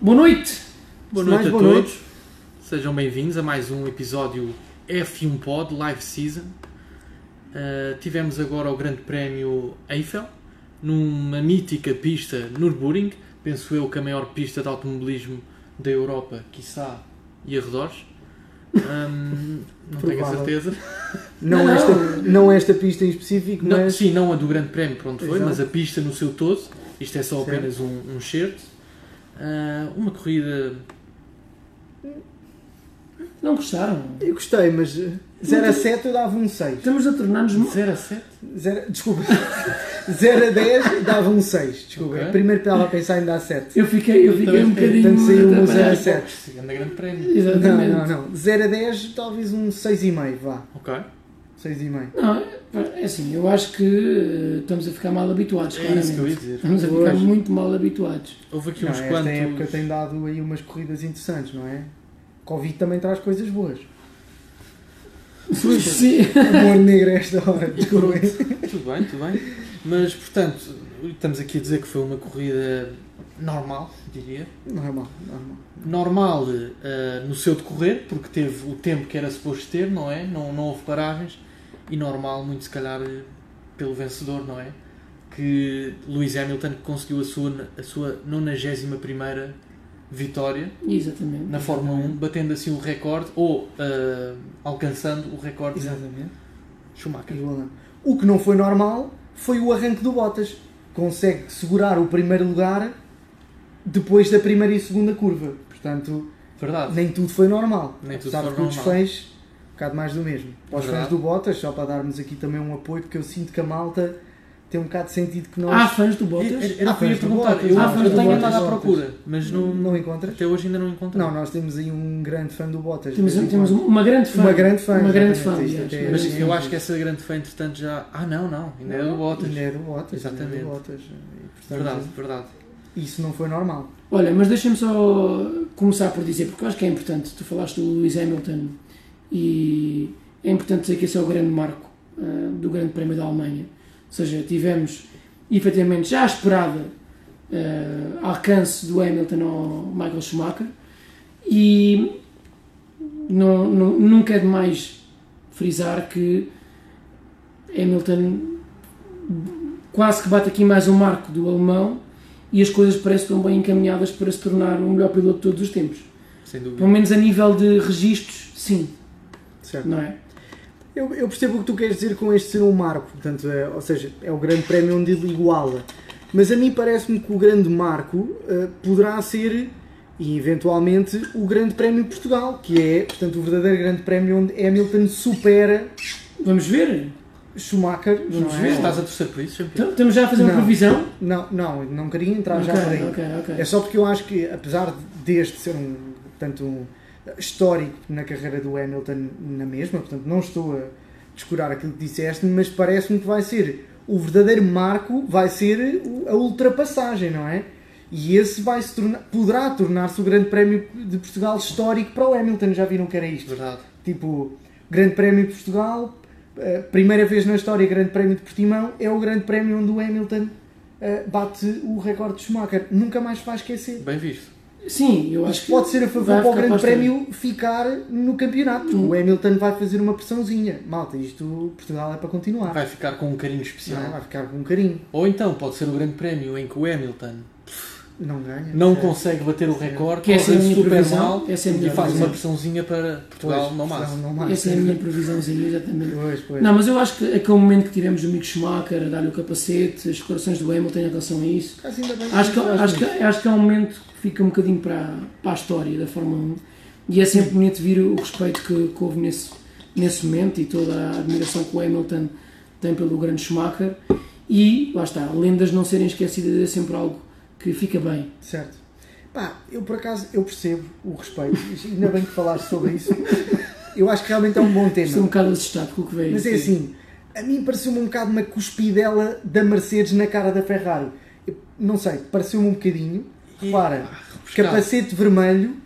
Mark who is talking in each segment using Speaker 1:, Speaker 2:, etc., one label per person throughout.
Speaker 1: Boa noite!
Speaker 2: Boa
Speaker 1: Mais
Speaker 2: noite a
Speaker 1: boa
Speaker 2: todos.
Speaker 1: noite.
Speaker 2: Sejam bem-vindos a mais um episódio F1 Pod Live Season. Uh, tivemos agora o Grande Prémio Eiffel, numa mítica pista Nürburgring, penso eu que a maior pista de automobilismo da Europa, quiçá, e arredores. Um, não tenho a
Speaker 1: Provável.
Speaker 2: certeza.
Speaker 1: Não, é
Speaker 2: Não.
Speaker 1: Esta, não esta pista em específico,
Speaker 2: Não,
Speaker 1: mas
Speaker 2: Sim, não a do Grande Prémio, pronto foi,
Speaker 1: Exato.
Speaker 2: mas a pista no seu todo. Isto é só
Speaker 1: Certo.
Speaker 2: apenas um, um certo. Uh, uma corrida
Speaker 3: Não gostaram?
Speaker 1: eu gostei, mas 0 a 7 eu dava um 6.
Speaker 3: Estamos a tornar-nos. mo-
Speaker 2: 0 a 7.
Speaker 1: Zero- desculpa. 0 a 10 dava um 6. Desculpa.
Speaker 2: Ok.
Speaker 1: Primeiro estava a pensar em dar 7.
Speaker 3: Eu fiquei, eu fiquei
Speaker 2: Também
Speaker 3: um
Speaker 2: fiquei.
Speaker 3: bocadinho.
Speaker 1: Portanto saiu um 0 a
Speaker 3: atrapalhado.
Speaker 1: 7.
Speaker 2: Segundo Grande Prémio.
Speaker 1: Não,
Speaker 3: Exatamente.
Speaker 1: não, não. 0 a 10 talvez um 6,5. Vá.
Speaker 2: Ok.
Speaker 1: 6,5.
Speaker 3: Não, é- pá, é assim, eu acho que eh, estamos a ficar mal habituados,
Speaker 2: É
Speaker 3: claramente.
Speaker 2: isso que eu ia dizer. é,
Speaker 3: Estamos a ficar
Speaker 1: Pois.
Speaker 3: muito mal habituados.
Speaker 2: Houve aqui
Speaker 1: Não,
Speaker 2: uns
Speaker 1: esta
Speaker 2: quantos.
Speaker 1: época tem dado aí umas corridas interessantes, não é? Covid também traz coisas boas.
Speaker 3: Pois sim.
Speaker 1: Humor negro a esta hora, desculpa.
Speaker 2: Tudo bem, tudo bem. Mas, portanto, estamos aqui a dizer que foi uma corrida normal, diria.
Speaker 1: Normal, normal.
Speaker 2: Normal eh, no seu decorrer, porque teve o tempo que era suposto ter, não é? Não, não houve paragens. E normal, muito se calhar, eh, pelo vencedor, não é? Que Lewis Hamilton conseguiu a sua, a sua 91 vitória
Speaker 3: Exatamente.
Speaker 2: na Fórmula 1, batendo assim o recorde, ou eh, alcançando o recorde de
Speaker 1: Exatamente.
Speaker 2: Schumacher.
Speaker 1: Igualando. O que não foi normal foi o arranque do Bottas. Consegue segurar o primeiro lugar depois da primeira e segunda curva. Portanto,
Speaker 2: Verdade.
Speaker 1: nem tudo foi normal.
Speaker 2: Nem tudo
Speaker 1: Apesar
Speaker 2: foi
Speaker 1: de que o
Speaker 2: normal.
Speaker 1: desfez, um bocado mais do mesmo. Para os fãs
Speaker 2: Verdade.
Speaker 1: do Bottas, só para darmos aqui também um apoio, porque eu sinto que a malta tem um bocado de sentido que nós
Speaker 2: Ah,
Speaker 3: Há fãs do
Speaker 2: Era-
Speaker 3: Bottas?
Speaker 2: Era era o que eu ia perguntar.
Speaker 1: Ah, fãs
Speaker 2: Eu
Speaker 1: do
Speaker 3: Bottas,
Speaker 2: eu tenho
Speaker 3: Bottas,
Speaker 2: andado à
Speaker 1: Bottas.
Speaker 2: procura, mas não,
Speaker 1: não encontras.
Speaker 2: até hoje ainda não encontrei.
Speaker 1: Não, nós temos aí um grande fã do Bottas.
Speaker 3: Temos,
Speaker 1: de vez em
Speaker 2: um
Speaker 3: temos
Speaker 1: quando.
Speaker 3: uma grande fã.
Speaker 1: Uma grande fã,
Speaker 3: Uma grande
Speaker 1: exatamente,
Speaker 3: fã,
Speaker 1: isto
Speaker 3: aliás.
Speaker 1: até-
Speaker 2: mas
Speaker 1: Sim,
Speaker 2: eu
Speaker 1: sim.
Speaker 2: acho que é essa grande fã, entretanto, já. Ah, não, não. Ainda é do Bottas.
Speaker 1: Ainda é do Bottas. ainda é do
Speaker 2: Exatamente.
Speaker 1: Bottas. E, portanto,
Speaker 2: Verdade, verdade.
Speaker 1: Isso não foi normal.
Speaker 3: Olha, mas deixa-me só começar por dizer, porque eu acho que é importante, tu falaste do Lewis Hamilton e é importante dizer que esse é o grande marco ah, do Grande Prémio da Alemanha. Ou seja, tivemos efetivamente já a esperada ah, alcance do Hamilton ao Michael Schumacher e não, não- nunca é demais frisar que Hamilton quase que bate aqui mais um marco do alemão e as coisas parecem que estão bem encaminhadas para se tornar o melhor piloto de todos os tempos.
Speaker 2: Sem
Speaker 3: Pelo
Speaker 2: dúvida.
Speaker 3: menos a nível de registros, sim,
Speaker 1: Certo.
Speaker 3: não é?
Speaker 1: Eu, eu percebo o que tu queres dizer com este ser um marco, portanto, é, ou seja, é o grande prémio onde ele iguala. Mas a mim parece-me que o grande marco eh, poderá ser, e eventualmente, o grande prémio de Portugal, que é, portanto, o verdadeiro grande prémio onde Hamilton supera
Speaker 3: Vamos ver?
Speaker 1: Schumacher.
Speaker 3: Vamos
Speaker 1: não,
Speaker 3: ver.
Speaker 1: é?
Speaker 2: Estás a torcer por isso,
Speaker 3: Então,
Speaker 2: campeão?
Speaker 3: estamos já a fazer uma
Speaker 1: Não.
Speaker 3: previsão?
Speaker 1: não, não, não queria entrar já
Speaker 3: Ok,
Speaker 1: por aí.
Speaker 3: ok, ok.
Speaker 1: É só porque eu acho que, apesar deste ser um, portanto, um histórico na carreira do Hamilton na mesma, portanto, não estou a descurar aquilo que disseste, mas parece-me que vai ser o verdadeiro marco, vai ser o- a ultrapassagem, não é? E esse vai se tornar, poderá tornar-se o Grande Prémio de Portugal histórico para o Hamilton. Já viram que era isto?
Speaker 2: Verdade.
Speaker 1: Tipo, Grande Prémio de Portugal, eh, primeira vez na história, Grande Prémio de Portimão, é o Grande Prémio onde o Hamilton eh, bate o recorde de Schumacher. Nunca mais se vai esquecer.
Speaker 2: Bem visto.
Speaker 3: Sim, eu acho
Speaker 1: Isto
Speaker 3: que.
Speaker 1: pode ser a favor
Speaker 3: vai
Speaker 1: para o
Speaker 3: ficar
Speaker 1: Grande
Speaker 3: para a
Speaker 1: Prémio ficar no campeonato. porque O Hamilton vai fazer uma pressãozinha. Malta, isto Portugal é para continuar.
Speaker 2: Vai ficar com um carinho
Speaker 1: Não,
Speaker 2: especial.
Speaker 1: vai ficar com um carinho.
Speaker 2: Ou então pode ser o grande prémio em que o Hamilton
Speaker 1: Não ganha.
Speaker 2: não
Speaker 1: É.
Speaker 2: consegue bater o recorde,
Speaker 3: Que essa é a
Speaker 2: corre
Speaker 3: minha
Speaker 2: super
Speaker 3: previsão.
Speaker 2: mal
Speaker 3: Essa é a minha
Speaker 2: e faz uma
Speaker 3: previsão.
Speaker 2: pressãozinha para Portugal
Speaker 1: Pois,
Speaker 2: não
Speaker 1: Portugal
Speaker 2: massa.
Speaker 1: não massa.
Speaker 3: Essa é a minha previsãozinha, exatamente.
Speaker 1: Pois, pois.
Speaker 3: Não, mas eu acho que aquele momento que tivemos o Mick Schumacher a dar-lhe o capacete, as declarações do Hamilton em relação a isso,
Speaker 1: Mas ainda bem
Speaker 3: Acho que,
Speaker 1: faz
Speaker 3: acho, que,
Speaker 1: muito.
Speaker 3: acho que é um momento que fica um bocadinho para, para a história da Fórmula 1 e é sempre bonito ver o respeito que, que houve nesse, nesse momento e toda a admiração que o Hamilton tem pelo grande Schumacher e lá está, lendas não serem esquecidas é sempre algo que fica bem.
Speaker 1: Certo. Pá, eu por acaso eu percebo o respeito. Ainda bem que falaste sobre isso. Eu acho que realmente é um bom
Speaker 3: Estou um
Speaker 1: tema.
Speaker 3: bocado assustado com o que veio.
Speaker 1: Mas é assim, a mim pareceu-me um bocado uma cuspidela da Mercedes na cara da Ferrari. Eu não sei, pareceu-me um bocadinho. Repara,
Speaker 2: Buscado.
Speaker 1: capacete vermelho,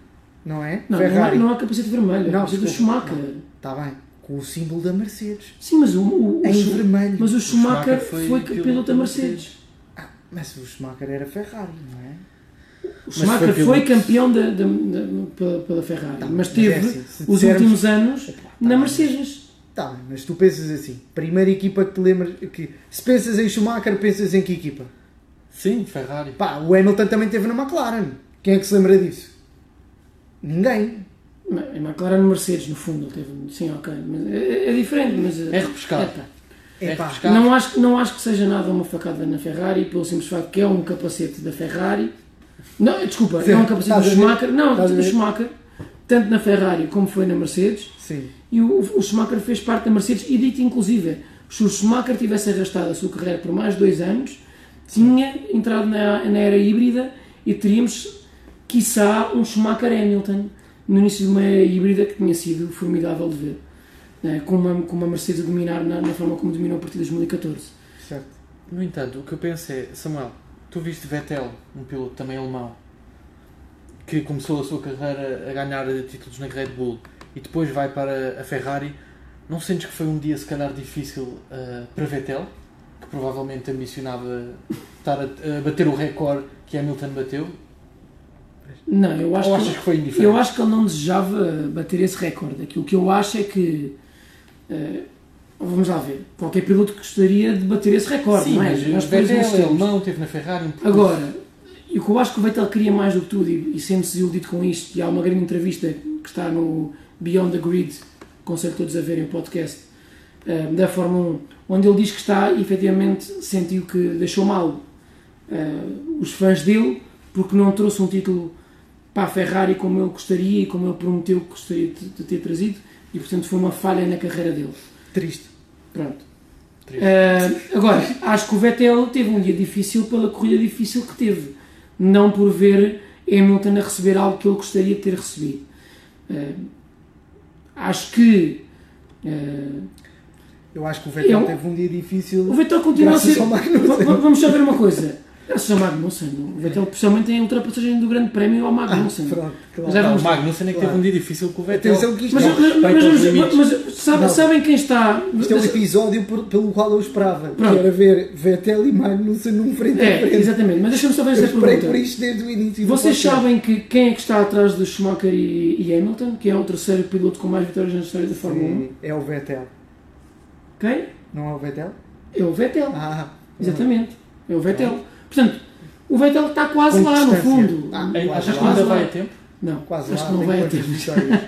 Speaker 1: não é?
Speaker 3: Não, não há,
Speaker 1: Ferrari.
Speaker 3: não há capacete vermelho, é
Speaker 1: Não,
Speaker 3: capacete do
Speaker 1: desculpa.
Speaker 3: Schumacher.
Speaker 1: Está bem, com o símbolo da Mercedes.
Speaker 3: Sim, mas o, o, o
Speaker 1: É Em
Speaker 3: Schu-
Speaker 1: vermelho.
Speaker 3: mas o Schumacher,
Speaker 2: Schumacher foi
Speaker 3: foi,
Speaker 2: piloto
Speaker 3: piloto da
Speaker 2: da
Speaker 3: Mercedes.
Speaker 1: Ah, mas o Schumacher era Ferrari, não é?
Speaker 3: O Schumacher foi,
Speaker 2: foi
Speaker 3: campeão da- da- da- pela, pela Ferrari, mas teve
Speaker 1: mas é assim, se
Speaker 3: os
Speaker 1: dissermos-
Speaker 3: últimos anos na Mercedes.
Speaker 1: Tá, bem, mas tu pensas assim, primeira equipa que te lembras que se pensas em Schumacher, pensas em que equipa?
Speaker 2: Sim, Ferrari.
Speaker 1: Pá, o Hamilton também teve na McLaren. Quem é que se lembra disso? Ninguém.
Speaker 3: Ma- A McLaren Mercedes, no fundo, ele teve. Sim, ok. mas é, é diferente, mas.
Speaker 2: É repescado.
Speaker 3: Epá,
Speaker 1: É pá,
Speaker 2: repescado.
Speaker 3: Não acho, que- não acho que seja nada uma facada na Ferrari, pelo simples facto que é um capacete da Ferrari. Não, desculpa, é um capacete
Speaker 1: Estás
Speaker 3: do
Speaker 1: a ver?
Speaker 3: Schumacher. Não,
Speaker 1: Estás a
Speaker 3: do
Speaker 1: ver?
Speaker 3: Schumacher, tanto na Ferrari como foi na Mercedes.
Speaker 1: sim.
Speaker 3: E o, o Schumacher fez parte da Mercedes e dito inclusive, se o Schumacher tivesse arrastado a sua carreira por mais dois anos, tinha entrado na, na era híbrida e teríamos, quiçá, um Schumacher Hamilton no início de uma era híbrida que tinha sido formidável de ver. né, Com uma, com uma Mercedes a dominar na, na forma como dominou a partir de 2014.
Speaker 1: Certo.
Speaker 2: No entanto, o que eu penso é, Samuel, tu viste Vettel, um piloto também alemão, que começou a sua carreira a ganhar títulos na Red Bull e depois vai para a Ferrari. Não sentes que foi um dia, se calhar, difícil ah, para Vettel, que provavelmente ambicionava estar a, a bater o recorde que Hamilton bateu?
Speaker 3: Não, eu acho
Speaker 2: Ou
Speaker 3: que-
Speaker 2: achas que foi indiferente?
Speaker 3: Eu acho que ele não desejava bater esse recorde. Aquilo que eu acho é que. eh, vamos lá ver. Qualquer piloto gostaria de bater esse recorde,
Speaker 2: Sim,
Speaker 3: não é?
Speaker 2: mas
Speaker 3: Nós
Speaker 2: o
Speaker 3: depois
Speaker 2: Vettel é
Speaker 3: insistimos.
Speaker 2: alemão, teve na Ferrari... Um
Speaker 3: Agora, e o que eu acho que o Vettel queria mais do que tudo, e, e sendo-se desiludido com isto, e há uma grande entrevista que está no Beyond the Grid, aconselho todos a verem o podcast, eh, da Fórmula 1, onde ele diz que está, efetivamente, sentiu que deixou mal eh, os fãs dele, porque não trouxe um título para a Ferrari como ele gostaria e como ele prometeu que gostaria de, de ter trazido, e portanto foi uma falha na carreira dele.
Speaker 1: Triste.
Speaker 3: Pronto.
Speaker 2: Triste.
Speaker 3: Ah, agora, acho que o Vettel teve um dia difícil pela corrida difícil que teve. Não por ver Hamilton a receber algo que ele gostaria de ter recebido. Ah, acho que ah,
Speaker 1: Eu acho que o Vettel
Speaker 3: Eu-
Speaker 1: teve um dia
Speaker 3: o
Speaker 1: difícil.
Speaker 3: Vettel continua a
Speaker 1: Graças
Speaker 3: ser.
Speaker 1: ao Magnussen.
Speaker 3: Va- va- Vamos só ver uma coisa. Graças ao Magnussen. O Vettel, especialmente, tem a ultrapassagem do Grande Prémio ao Magnussen.
Speaker 1: Ah, Pronto, claro.
Speaker 3: Já
Speaker 2: Não,
Speaker 3: vamos-
Speaker 2: o Magnussen é que teve
Speaker 1: Claro.
Speaker 2: um dia difícil com o Vettel.
Speaker 1: Atenção que isto
Speaker 3: mas
Speaker 1: é
Speaker 2: Não,
Speaker 1: um-
Speaker 3: mas-
Speaker 2: respeita
Speaker 3: mas-
Speaker 2: os
Speaker 3: mas-
Speaker 2: limites.
Speaker 3: mas sabe-
Speaker 1: Não.
Speaker 3: sabem quem está.
Speaker 1: Isto é um episódio por- pelo qual eu esperava.
Speaker 3: Pronto.
Speaker 1: Que era ver Vettel e Magnussen num frente a
Speaker 3: É,
Speaker 1: frente.
Speaker 3: exatamente. Mas deixa-me só ver
Speaker 1: Eu
Speaker 3: esta
Speaker 1: esperei
Speaker 3: pergunta.
Speaker 1: por isto desde o início. do
Speaker 3: Vocês
Speaker 1: podcast.
Speaker 3: sabem que quem é que está atrás de Schumacher e, e Hamilton, que é o terceiro piloto com mais vitórias na história da Fórmula 1?
Speaker 1: Sim, É o Vettel.
Speaker 3: Quem?
Speaker 1: Não é o Vettel?
Speaker 3: É o Vettel.
Speaker 1: Ah,
Speaker 3: Exatamente. É o Vettel. Portanto, o Vettel está quase
Speaker 1: Com
Speaker 3: lá, no
Speaker 1: distância.
Speaker 3: fundo.
Speaker 1: Ah,
Speaker 2: Ei,
Speaker 1: Quase
Speaker 2: Achas que
Speaker 1: lá.
Speaker 2: ainda vai a tempo?
Speaker 3: Não,
Speaker 1: Quase
Speaker 3: acho
Speaker 1: lá.
Speaker 3: que não
Speaker 1: nem
Speaker 3: vai a
Speaker 1: quantas
Speaker 3: tempo.
Speaker 1: vitórias.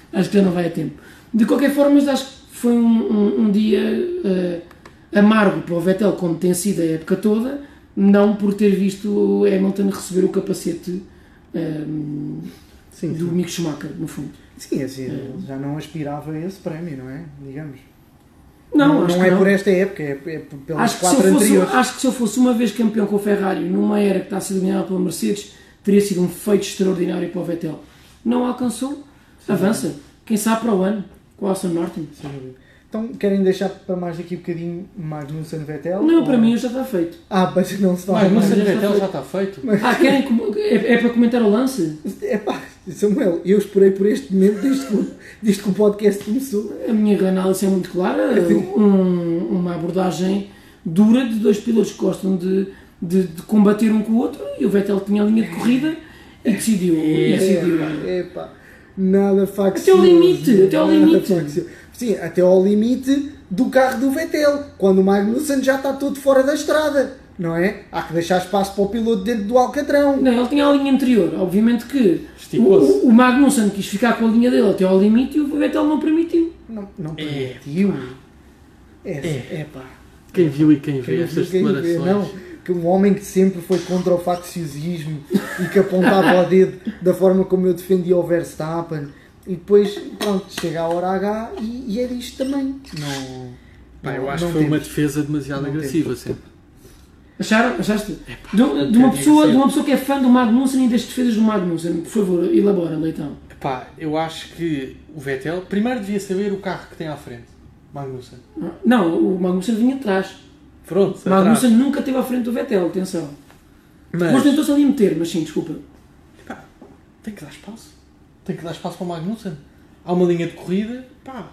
Speaker 3: Acho que já não vai a tempo. De qualquer forma, mas acho que foi um, um- um dia eh, amargo para o Vettel, como tem sido a época toda, não por ter visto o Hamilton receber o capacete eh,
Speaker 1: Sim,
Speaker 3: do Mick Schumacher, no fundo.
Speaker 1: Sim, assim, ele já não aspirava a esse prémio, não é? Digamos.
Speaker 3: Não, acho que
Speaker 1: é
Speaker 3: não.
Speaker 1: por esta época, é, é p- pelas
Speaker 3: Acho que, se eu fosse,
Speaker 1: quatro
Speaker 3: um-
Speaker 1: anteriores.
Speaker 3: acho que se eu fosse uma vez campeão com a Ferrari numa era que está a ser dominada pela Mercedes, teria sido um feito extraordinário para o Vettel. Não alcançou, avança. Quem sabe para o ano, com o Aston Martin.
Speaker 1: Então, querem deixar para mais daqui um bocadinho Magnussen Vettel?
Speaker 3: Não,
Speaker 1: Ou-
Speaker 3: para mim já está feito.
Speaker 1: Ah, mas não se fala mais.
Speaker 2: Magnussen
Speaker 3: já
Speaker 2: e
Speaker 3: está
Speaker 2: Vettel já está feito.
Speaker 3: Ah, querem com- é, é para comentar o lance?
Speaker 1: É pá, Samuel, eu esperei por este momento desde que, o- desde que o podcast começou.
Speaker 3: A minha análise é muito clara. um- uma abordagem dura de dois pilotos que gostam de, de- de combater um com o outro e o Vettel tinha a linha de corrida e decidiu. e decidiu.
Speaker 1: É, é pá, nada faccioso.
Speaker 3: assim, Até ao limite, até ao
Speaker 1: nada
Speaker 3: limite.
Speaker 1: faccioso. Sim, até ao limite do carro do Vettel, quando o Magnussen já está todo fora da estrada, não é? Há que deixar espaço para o piloto dentro do Alcatrão.
Speaker 3: Não, ele tinha a linha anterior. Obviamente que o,
Speaker 2: Esticou-se.
Speaker 3: o- o Magnussen quis ficar com a linha dele até ao limite e o Vettel não permitiu.
Speaker 1: Não, não
Speaker 2: É,
Speaker 1: permitiu. É, é pá.
Speaker 2: Quem viu e quem vê
Speaker 1: Quem viu,
Speaker 2: estas
Speaker 1: quem vê,
Speaker 2: É declarações...
Speaker 1: Não, que um homem que sempre foi contra o facciosismo e que apontava o dedo da forma como eu defendia o Verstappen e depois, pronto, chega a hora H e, e é disto também. Não,
Speaker 2: Pá, eu
Speaker 1: não-
Speaker 2: acho
Speaker 1: não
Speaker 2: que foi um uma
Speaker 1: temos.
Speaker 2: defesa demasiado
Speaker 1: Não
Speaker 2: agressiva sempre.
Speaker 3: Acharam? Achaste? De, de uma
Speaker 2: quero
Speaker 3: pessoa,
Speaker 2: dizer.
Speaker 3: de uma pessoa que é fã do Magnussen e das defesas do Magnussen. Por favor, elabora, Leitão.
Speaker 2: Pá, eu acho que o Vettel primeiro devia saber o carro que tem à frente. Magnussen.
Speaker 3: Não, o Magnussen vinha atrás.
Speaker 2: Pronto,
Speaker 3: O
Speaker 2: atrás.
Speaker 3: Magnussen nunca esteve à frente do Vettel, atenção. Mas
Speaker 2: Mas
Speaker 3: tentou-se ali meter, mas sim, desculpa.
Speaker 2: pá, tem que dar espaço. Tem que dar espaço para o Magnussen. Há uma linha de corrida, pá.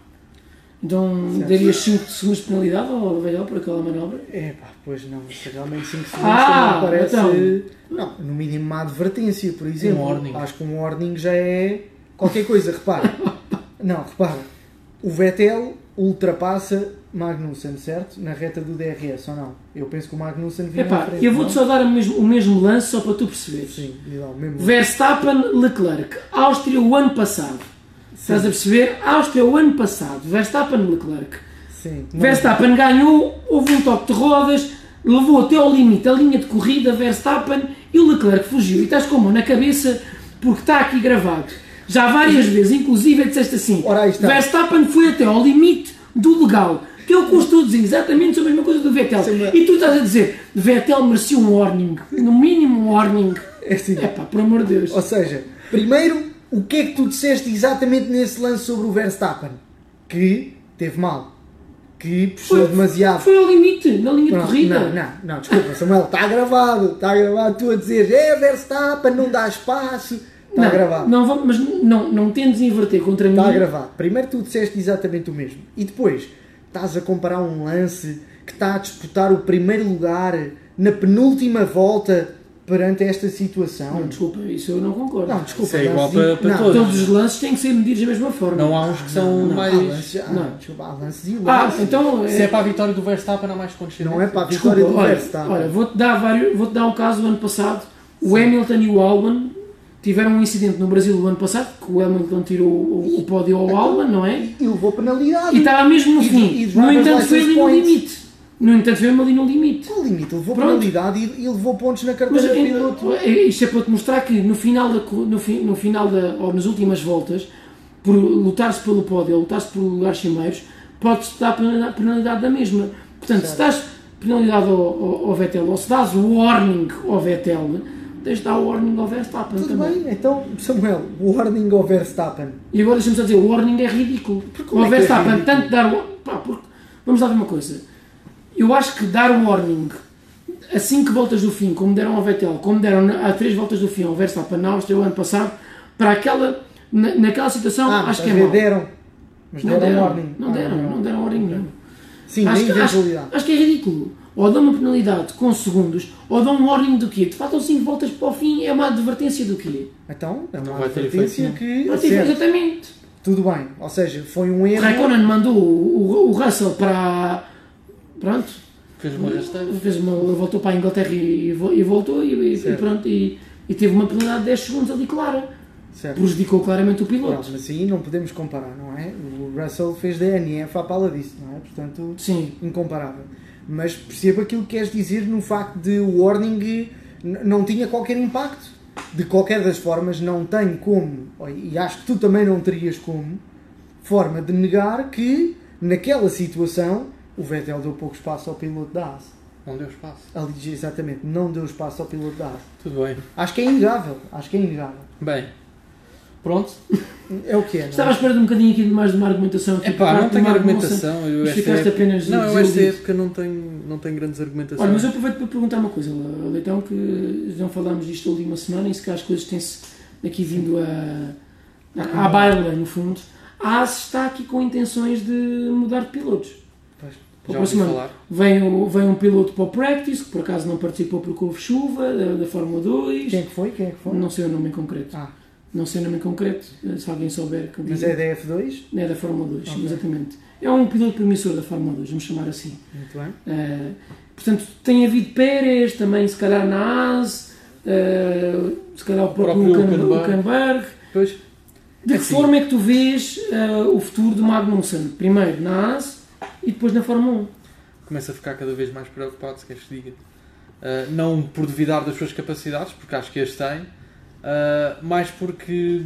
Speaker 3: Então
Speaker 1: Certo.
Speaker 3: darias 5 segundos de penalidade ao Abelhão por aquela manobra?
Speaker 1: É pá, pois não, se realmente 5 segundos
Speaker 3: Ah,
Speaker 1: também parece.
Speaker 3: então.
Speaker 1: Não, no mínimo uma advertência, por exemplo.
Speaker 2: warning.
Speaker 1: Acho que um warning já é qualquer coisa, repara. não, repara. O Vettel ultrapassa Magnussen, certo? Na reta do DRS, ou não? Eu penso que o Magnussen vinha à
Speaker 3: Epá,
Speaker 1: frente,
Speaker 3: eu vou-te
Speaker 1: não?
Speaker 3: só dar o mesmo, o mesmo lance só para tu perceberes.
Speaker 1: Sim, diz lá, o mesmo.
Speaker 3: Verstappen, Leclerc. Áustria o ano passado. Estás a perceber? Áustria o ano passado. Verstappen, Leclerc.
Speaker 1: Sim. Não-
Speaker 3: Verstappen ganhou, houve um toque de rodas, levou até ao limite a linha de corrida Verstappen e o Leclerc fugiu. E estás com a mão na cabeça porque está aqui gravado. Já várias vezes, inclusive, disseste assim:
Speaker 1: Ora, aí está.
Speaker 3: Verstappen foi até ao limite do legal. Que é o que eu estou a dizer, exatamente a mesma coisa do Vettel.
Speaker 1: Sim, mas-
Speaker 3: E tu estás a dizer: Vettel merecia um warning, no mínimo um warning.
Speaker 1: É assim.
Speaker 3: Epá, por amor de Deus.
Speaker 1: Ou seja, primeiro, o que é que tu disseste exatamente nesse lance sobre o Verstappen? Que teve mal. Que puxou demasiado.
Speaker 3: Foi ao limite, na linha
Speaker 1: Pronto,
Speaker 3: de corrida.
Speaker 1: Não, Tá não, não, desculpa, Samuel, está gravado, está gravado, tu a dizer, é Verstappen, não dá espaço, está
Speaker 3: Não,
Speaker 1: gravado,
Speaker 3: não vamos- mas não, não tentes inverter contra mim.
Speaker 1: está gravado. Primeiro tu disseste exatamente o mesmo e depois estás a comparar um lance que está a disputar o primeiro lugar na penúltima volta perante esta situação.
Speaker 3: Desculpa, isso eu não concordo.
Speaker 1: Não, desculpa,
Speaker 2: Isso é igual para-
Speaker 1: lancezinho-
Speaker 2: para
Speaker 1: não,
Speaker 2: todos.
Speaker 1: não,
Speaker 3: Todos os lances têm que ser medidos da mesma forma.
Speaker 2: Não há uns que são
Speaker 1: há
Speaker 2: mais.
Speaker 1: lances- ah,
Speaker 3: não.
Speaker 1: desculpa, há lances e
Speaker 3: Ah,
Speaker 1: lances.
Speaker 3: então.
Speaker 2: Se
Speaker 3: é-
Speaker 2: é para a vitória do Verstappen, há mais condescendência.
Speaker 1: Não é para a
Speaker 3: desculpa,
Speaker 1: vitória do tá?
Speaker 3: olha,
Speaker 1: Verstappen.
Speaker 3: olha, vou-te dar, vários, vou-te dar um caso do ano passado. O Hamilton e o Albon tiveram um incidente no Brasil o ano passado, que o Hamilton tirou o, o pódio ao Albon, não é?
Speaker 1: E levou penalidade.
Speaker 3: E tá- estava mesmo no
Speaker 1: E-
Speaker 3: fim.
Speaker 1: e
Speaker 3: no
Speaker 1: driver's
Speaker 3: entanto, foi ali
Speaker 1: license
Speaker 3: no
Speaker 1: points.
Speaker 3: limite. No entanto, foi ali no limite.
Speaker 1: Qual o limite? Levou
Speaker 3: Pronto.
Speaker 1: penalidade e, e levou pontos na
Speaker 3: Mas
Speaker 1: carteira de piloto.
Speaker 3: é, é- isto é para te mostrar que no final, da, co- no, fi- no final da, ou nas últimas voltas, por lutar-se pelo pódio ou lutar-se por lugares cimeiros, pode-se dar penalidade, penalidade da mesma. Portanto, se dás penalidade ao, ao, ao Vettel ou se dás o warning ao Vettel, tens de dar o warning ao Verstappen
Speaker 1: Tudo
Speaker 3: também.
Speaker 1: bem, então, Samuel, warning ao Verstappen.
Speaker 3: E agora deixa-me só dizer, o warning é ridículo.
Speaker 1: como
Speaker 3: o
Speaker 1: é que é
Speaker 3: Verstappen
Speaker 1: ridículo?
Speaker 3: tanto dar o... Pá, porque... Vamos lá ver uma coisa. Eu acho que dar o warning a 5 voltas do fim, como deram ao Vettel, como deram na- a 3 voltas do fim ao Verstappen na Áustria o ano passado, para aquela... na- naquela situação,
Speaker 1: Ah,
Speaker 3: acho que é
Speaker 1: mas
Speaker 3: mau.
Speaker 1: deram. Mas
Speaker 3: Não
Speaker 1: deram,
Speaker 3: deram,
Speaker 1: warning.
Speaker 3: não
Speaker 1: Ah,
Speaker 3: deram, não deram warning nenhum.
Speaker 1: Sim,
Speaker 3: Acho
Speaker 1: nem
Speaker 3: que, acho,
Speaker 1: eventualidade.
Speaker 3: acho que é ridículo. Ou dão uma penalidade com segundos, ou dão um warning do quê? Te faltam 5 voltas para o fim, é uma advertência do quê?
Speaker 1: Então, é uma
Speaker 2: vai ter
Speaker 1: advertência
Speaker 2: efeito,
Speaker 1: que.
Speaker 3: Não tive
Speaker 1: É Certo,
Speaker 3: exatamente.
Speaker 1: Tudo bem, ou seja, foi um
Speaker 3: O
Speaker 1: erro.
Speaker 3: Raikkonen mandou o, o- o Russell para. Pronto.
Speaker 2: Fez uma rasteira.
Speaker 3: Fez uma, voltou para a Inglaterra e, vo- e voltou e, e- e pronto. E, e teve uma penalidade de 10 segundos ali, clara.
Speaker 1: Certo.
Speaker 3: Prejudicou claramente o
Speaker 1: Pronto,
Speaker 3: piloto.
Speaker 1: mas aí não podemos comparar, não é? O Russell fez DNF à pala disso, não é? Portanto,
Speaker 3: Sim.
Speaker 1: incomparável. Mas percebo aquilo que queres dizer no facto de o warning n- não tinha qualquer impacto. De qualquer das formas, não tenho como, e acho que tu também não terias como, forma de negar que, naquela situação, o Vettel deu pouco espaço ao piloto da Haas.
Speaker 2: Não deu espaço.
Speaker 1: Ali diz exatamente, não deu espaço ao piloto da Haas.
Speaker 2: Tudo bem.
Speaker 1: Acho que é inegável, acho que é inegável.
Speaker 2: Bem. Pronto.
Speaker 1: É o que é, não
Speaker 3: Estava à
Speaker 1: é?
Speaker 3: espera de um bocadinho aqui de mais de uma argumentação. Aqui
Speaker 2: É
Speaker 3: por
Speaker 2: pá,
Speaker 3: parte
Speaker 2: não
Speaker 3: do
Speaker 2: tenho
Speaker 3: Marco
Speaker 2: argumentação. Eu
Speaker 3: mas
Speaker 2: esta
Speaker 3: ficaste
Speaker 2: época-
Speaker 3: apenas
Speaker 2: Não, é- eu esta
Speaker 3: desiludido.
Speaker 2: época não tenho, não tenho grandes argumentações.
Speaker 3: Olha, mas eu aproveito para perguntar uma coisa, Leitão, que não falámos disto ali uma semana, e se calhar as coisas têm-se aqui vindo a, a, à baila, no fundo. A AS está aqui com intenções de mudar de pilotos.
Speaker 1: Pois.
Speaker 3: Para
Speaker 2: Já
Speaker 3: a
Speaker 2: ouvi
Speaker 3: próxima-
Speaker 2: falar.
Speaker 3: Vem, o- vem um piloto para o Practice, que por acaso não participou porque houve chuva, da, da Fórmula 2.
Speaker 1: Quem é que foi? Quem é que foi?
Speaker 3: Não sei o nome em concreto.
Speaker 1: Ah,
Speaker 3: Não sei o nome em concreto, eh, se alguém souber. que me
Speaker 1: mas
Speaker 3: diga.
Speaker 1: é da F2?
Speaker 3: Não é da Fórmula 2,
Speaker 1: Ok.
Speaker 3: exatamente. É um piloto promissor da Fórmula 2, vamos chamar assim.
Speaker 1: Muito bem.
Speaker 3: Uh, portanto, tem havido Pérez, também se calhar na AS, uh, se calhar o próprio,
Speaker 2: próprio
Speaker 3: Hülken-
Speaker 2: Hülkenberg.
Speaker 3: Hülkenberg.
Speaker 2: Pois,
Speaker 3: De que
Speaker 2: Assim.
Speaker 3: forma é que tu vês uh, o futuro do Magnussen? Primeiro na AS e depois na Fórmula um.
Speaker 2: começo a ficar cada vez mais preocupado, se queres que diga. Ah, não por duvidar das suas capacidades, porque acho que as têm, ah, mas porque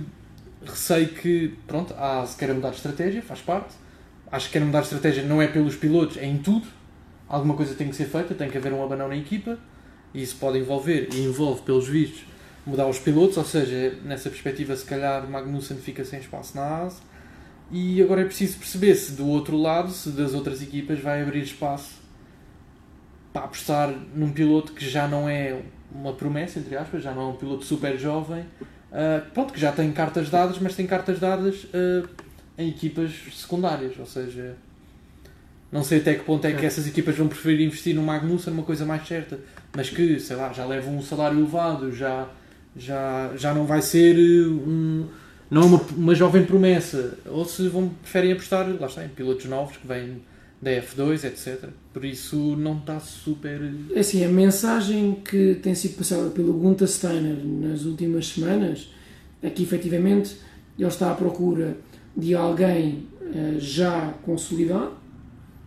Speaker 2: receio que, pronto, há se querem mudar de estratégia, faz parte. Acho que querem mudar de estratégia não é pelos pilotos, é em tudo. Alguma coisa tem que ser feita, tem que haver um abanão na equipa, e isso pode envolver, e envolve, pelos vistos, mudar os pilotos, ou seja, nessa perspectiva, se calhar Magnussen fica sem espaço na ASE. E agora é preciso perceber se do outro lado, se das outras equipas, vai abrir espaço para apostar num piloto que já não é uma promessa, entre aspas, já não é um piloto super jovem, ah, pronto, que já tem cartas dadas, mas tem cartas dadas ah, em equipas secundárias, ou seja, não sei até que ponto é que essas equipas vão preferir investir no Magnussen, uma coisa mais certa, mas que, sei lá, já levam um salário elevado, já, já, já não vai ser eh, um, não é uma, uma jovem promessa, ou se vão, preferem apostar, lá está, em pilotos novos que vêm da F2, etc. Por isso não está super.
Speaker 3: É assim, a mensagem que tem sido passada pelo Gunther Steiner nas últimas semanas é que efetivamente ele está à procura de alguém eh, já consolidado,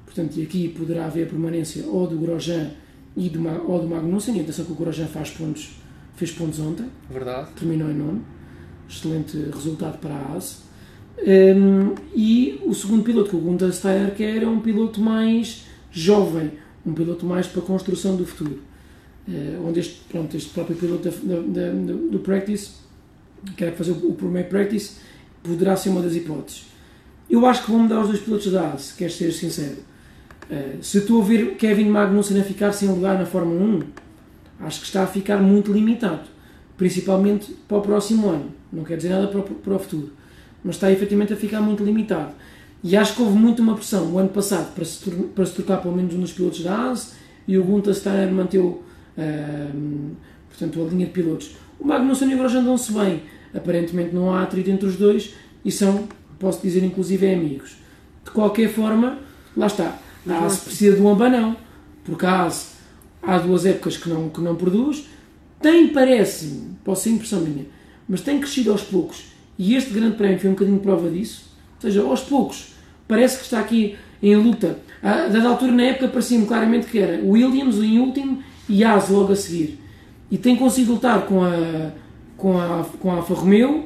Speaker 3: portanto, e aqui poderá haver permanência ou do Grosjean e do, Ma- ou do Magnussen, e atenção que o Grosjean faz pontos, fez pontos ontem,
Speaker 2: verdade.
Speaker 3: terminou em nono. Excelente resultado para a AS. Um, e o segundo piloto que o Gunther Steiner quer é um piloto mais jovem, um piloto mais para a construção do futuro. Uh, onde este, pronto, este próprio piloto da- da- da- do, do practice, que era fazer o, o primeiro practice, poderá ser uma das hipóteses. Eu acho que vão mudar os dois pilotos da AS, se queres ser sincero. Uh, se estou a ver Kevin Magnussen a ficar sem lugar na Fórmula 1, acho que está a ficar muito limitado, principalmente para o próximo ano. Não quer dizer nada para o, para o futuro, mas está efetivamente a ficar muito limitado. E acho que houve muito uma pressão o ano passado para se, tor- para se trocar pelo menos um dos pilotos da ASE e o Gunther Steiner manteu ahm, portanto, a linha de pilotos. O Magnussen e o Grosjean andam-se bem, aparentemente não há atrito entre os dois e são, posso dizer, inclusive amigos. De qualquer forma, lá está. A ASE precisa de um abanão, porque a ASE há duas épocas que não, que não produz. Tem, parece-me, posso ser impressão minha, mas tem crescido aos poucos. E este grande prémio foi um bocadinho prova disso. Ou seja, aos poucos, parece que está aqui em luta. A dada altura, na época, parecia-me claramente que era Williams em último e Haas logo a seguir. E tem conseguido lutar com a, com a, com a Alfa Romeo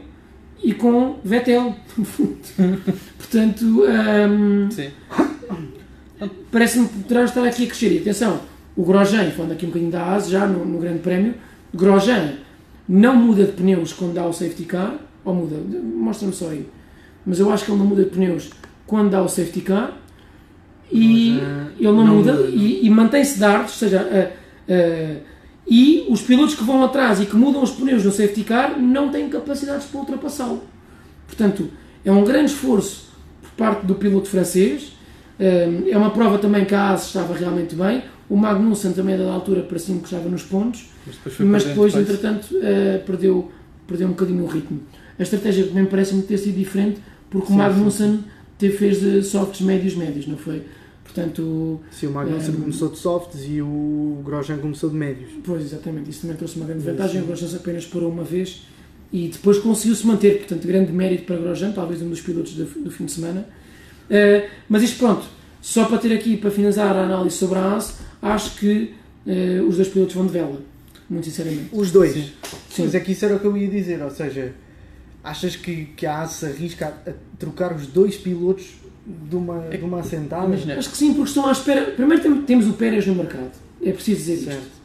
Speaker 3: e com Vettel. Portanto, hum,
Speaker 2: Sim.
Speaker 3: parece-me que poderá estar aqui a crescer. E atenção, o Grosjean, falando aqui um bocadinho da ASE já no, no Grande Prémio, Grosjean não muda de pneus quando dá o safety car, ou muda, mostra-me só aí, mas eu acho que ele não muda de pneus quando dá o safety car e
Speaker 2: Grosjean
Speaker 3: ele não,
Speaker 2: não
Speaker 3: muda,
Speaker 2: muda,
Speaker 3: e, e mantém-se dardos, ou seja, a- a- e os pilotos que vão atrás e que mudam os pneus no safety car não têm capacidades para ultrapassá-lo. Portanto, é um grande esforço por parte do piloto francês. Hum, É uma prova também que a Haas estava realmente bem. O Magnussen também, a dada altura, parecia-me que estava nos pontos.
Speaker 2: Mas depois foi
Speaker 3: Mas
Speaker 2: perdendo
Speaker 3: depois,
Speaker 2: pace.
Speaker 3: entretanto, eh, perdeu, perdeu um bocadinho o ritmo. A estratégia também parece-me ter sido diferente, porque o Magnussen teve, fez de softs médios médios, não foi? Portanto,
Speaker 1: Sim, o Magnussen
Speaker 3: É.
Speaker 1: começou de softs e o Grosjean começou de médios.
Speaker 3: Pois, exatamente. Isso também trouxe uma grande vantagem. O Grosjean apenas parou uma vez e depois conseguiu-se manter. Portanto, grande mérito para Grosjean, talvez um dos pilotos do, do fim de semana. Eh, mas isto pronto, só para ter aqui, para finalizar a análise sobre a ASE, acho que eh, os dois pilotos vão de vela, muito sinceramente.
Speaker 1: Os dois.
Speaker 2: Sim.
Speaker 3: Sim.
Speaker 1: Mas é que isso era o que eu ia dizer, ou seja, achas que, que a AS se arrisca a, a trocar os dois pilotos de uma, de uma assentada?
Speaker 2: Imagina,
Speaker 3: Acho É que sim, porque estão à espera. Primeiro tem- temos o Pérez no mercado, é preciso dizer isto.
Speaker 1: Certo.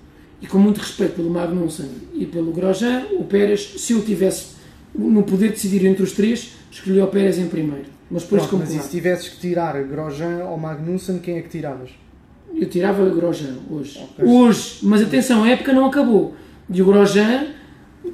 Speaker 3: E com muito respeito pelo Magnussen e pelo Grosjean, o Pérez, se eu tivesse no poder de decidir entre os três, escolhia o Pérez em primeiro. Mas depois,
Speaker 1: Pronto,
Speaker 3: como
Speaker 1: mas e se tivesses que tirar Grosjean ou Magnussen, quem é que tiravas?
Speaker 3: Eu tirava o Grosjean hoje. Hoje, mas atenção, a época não acabou. E o Grosjean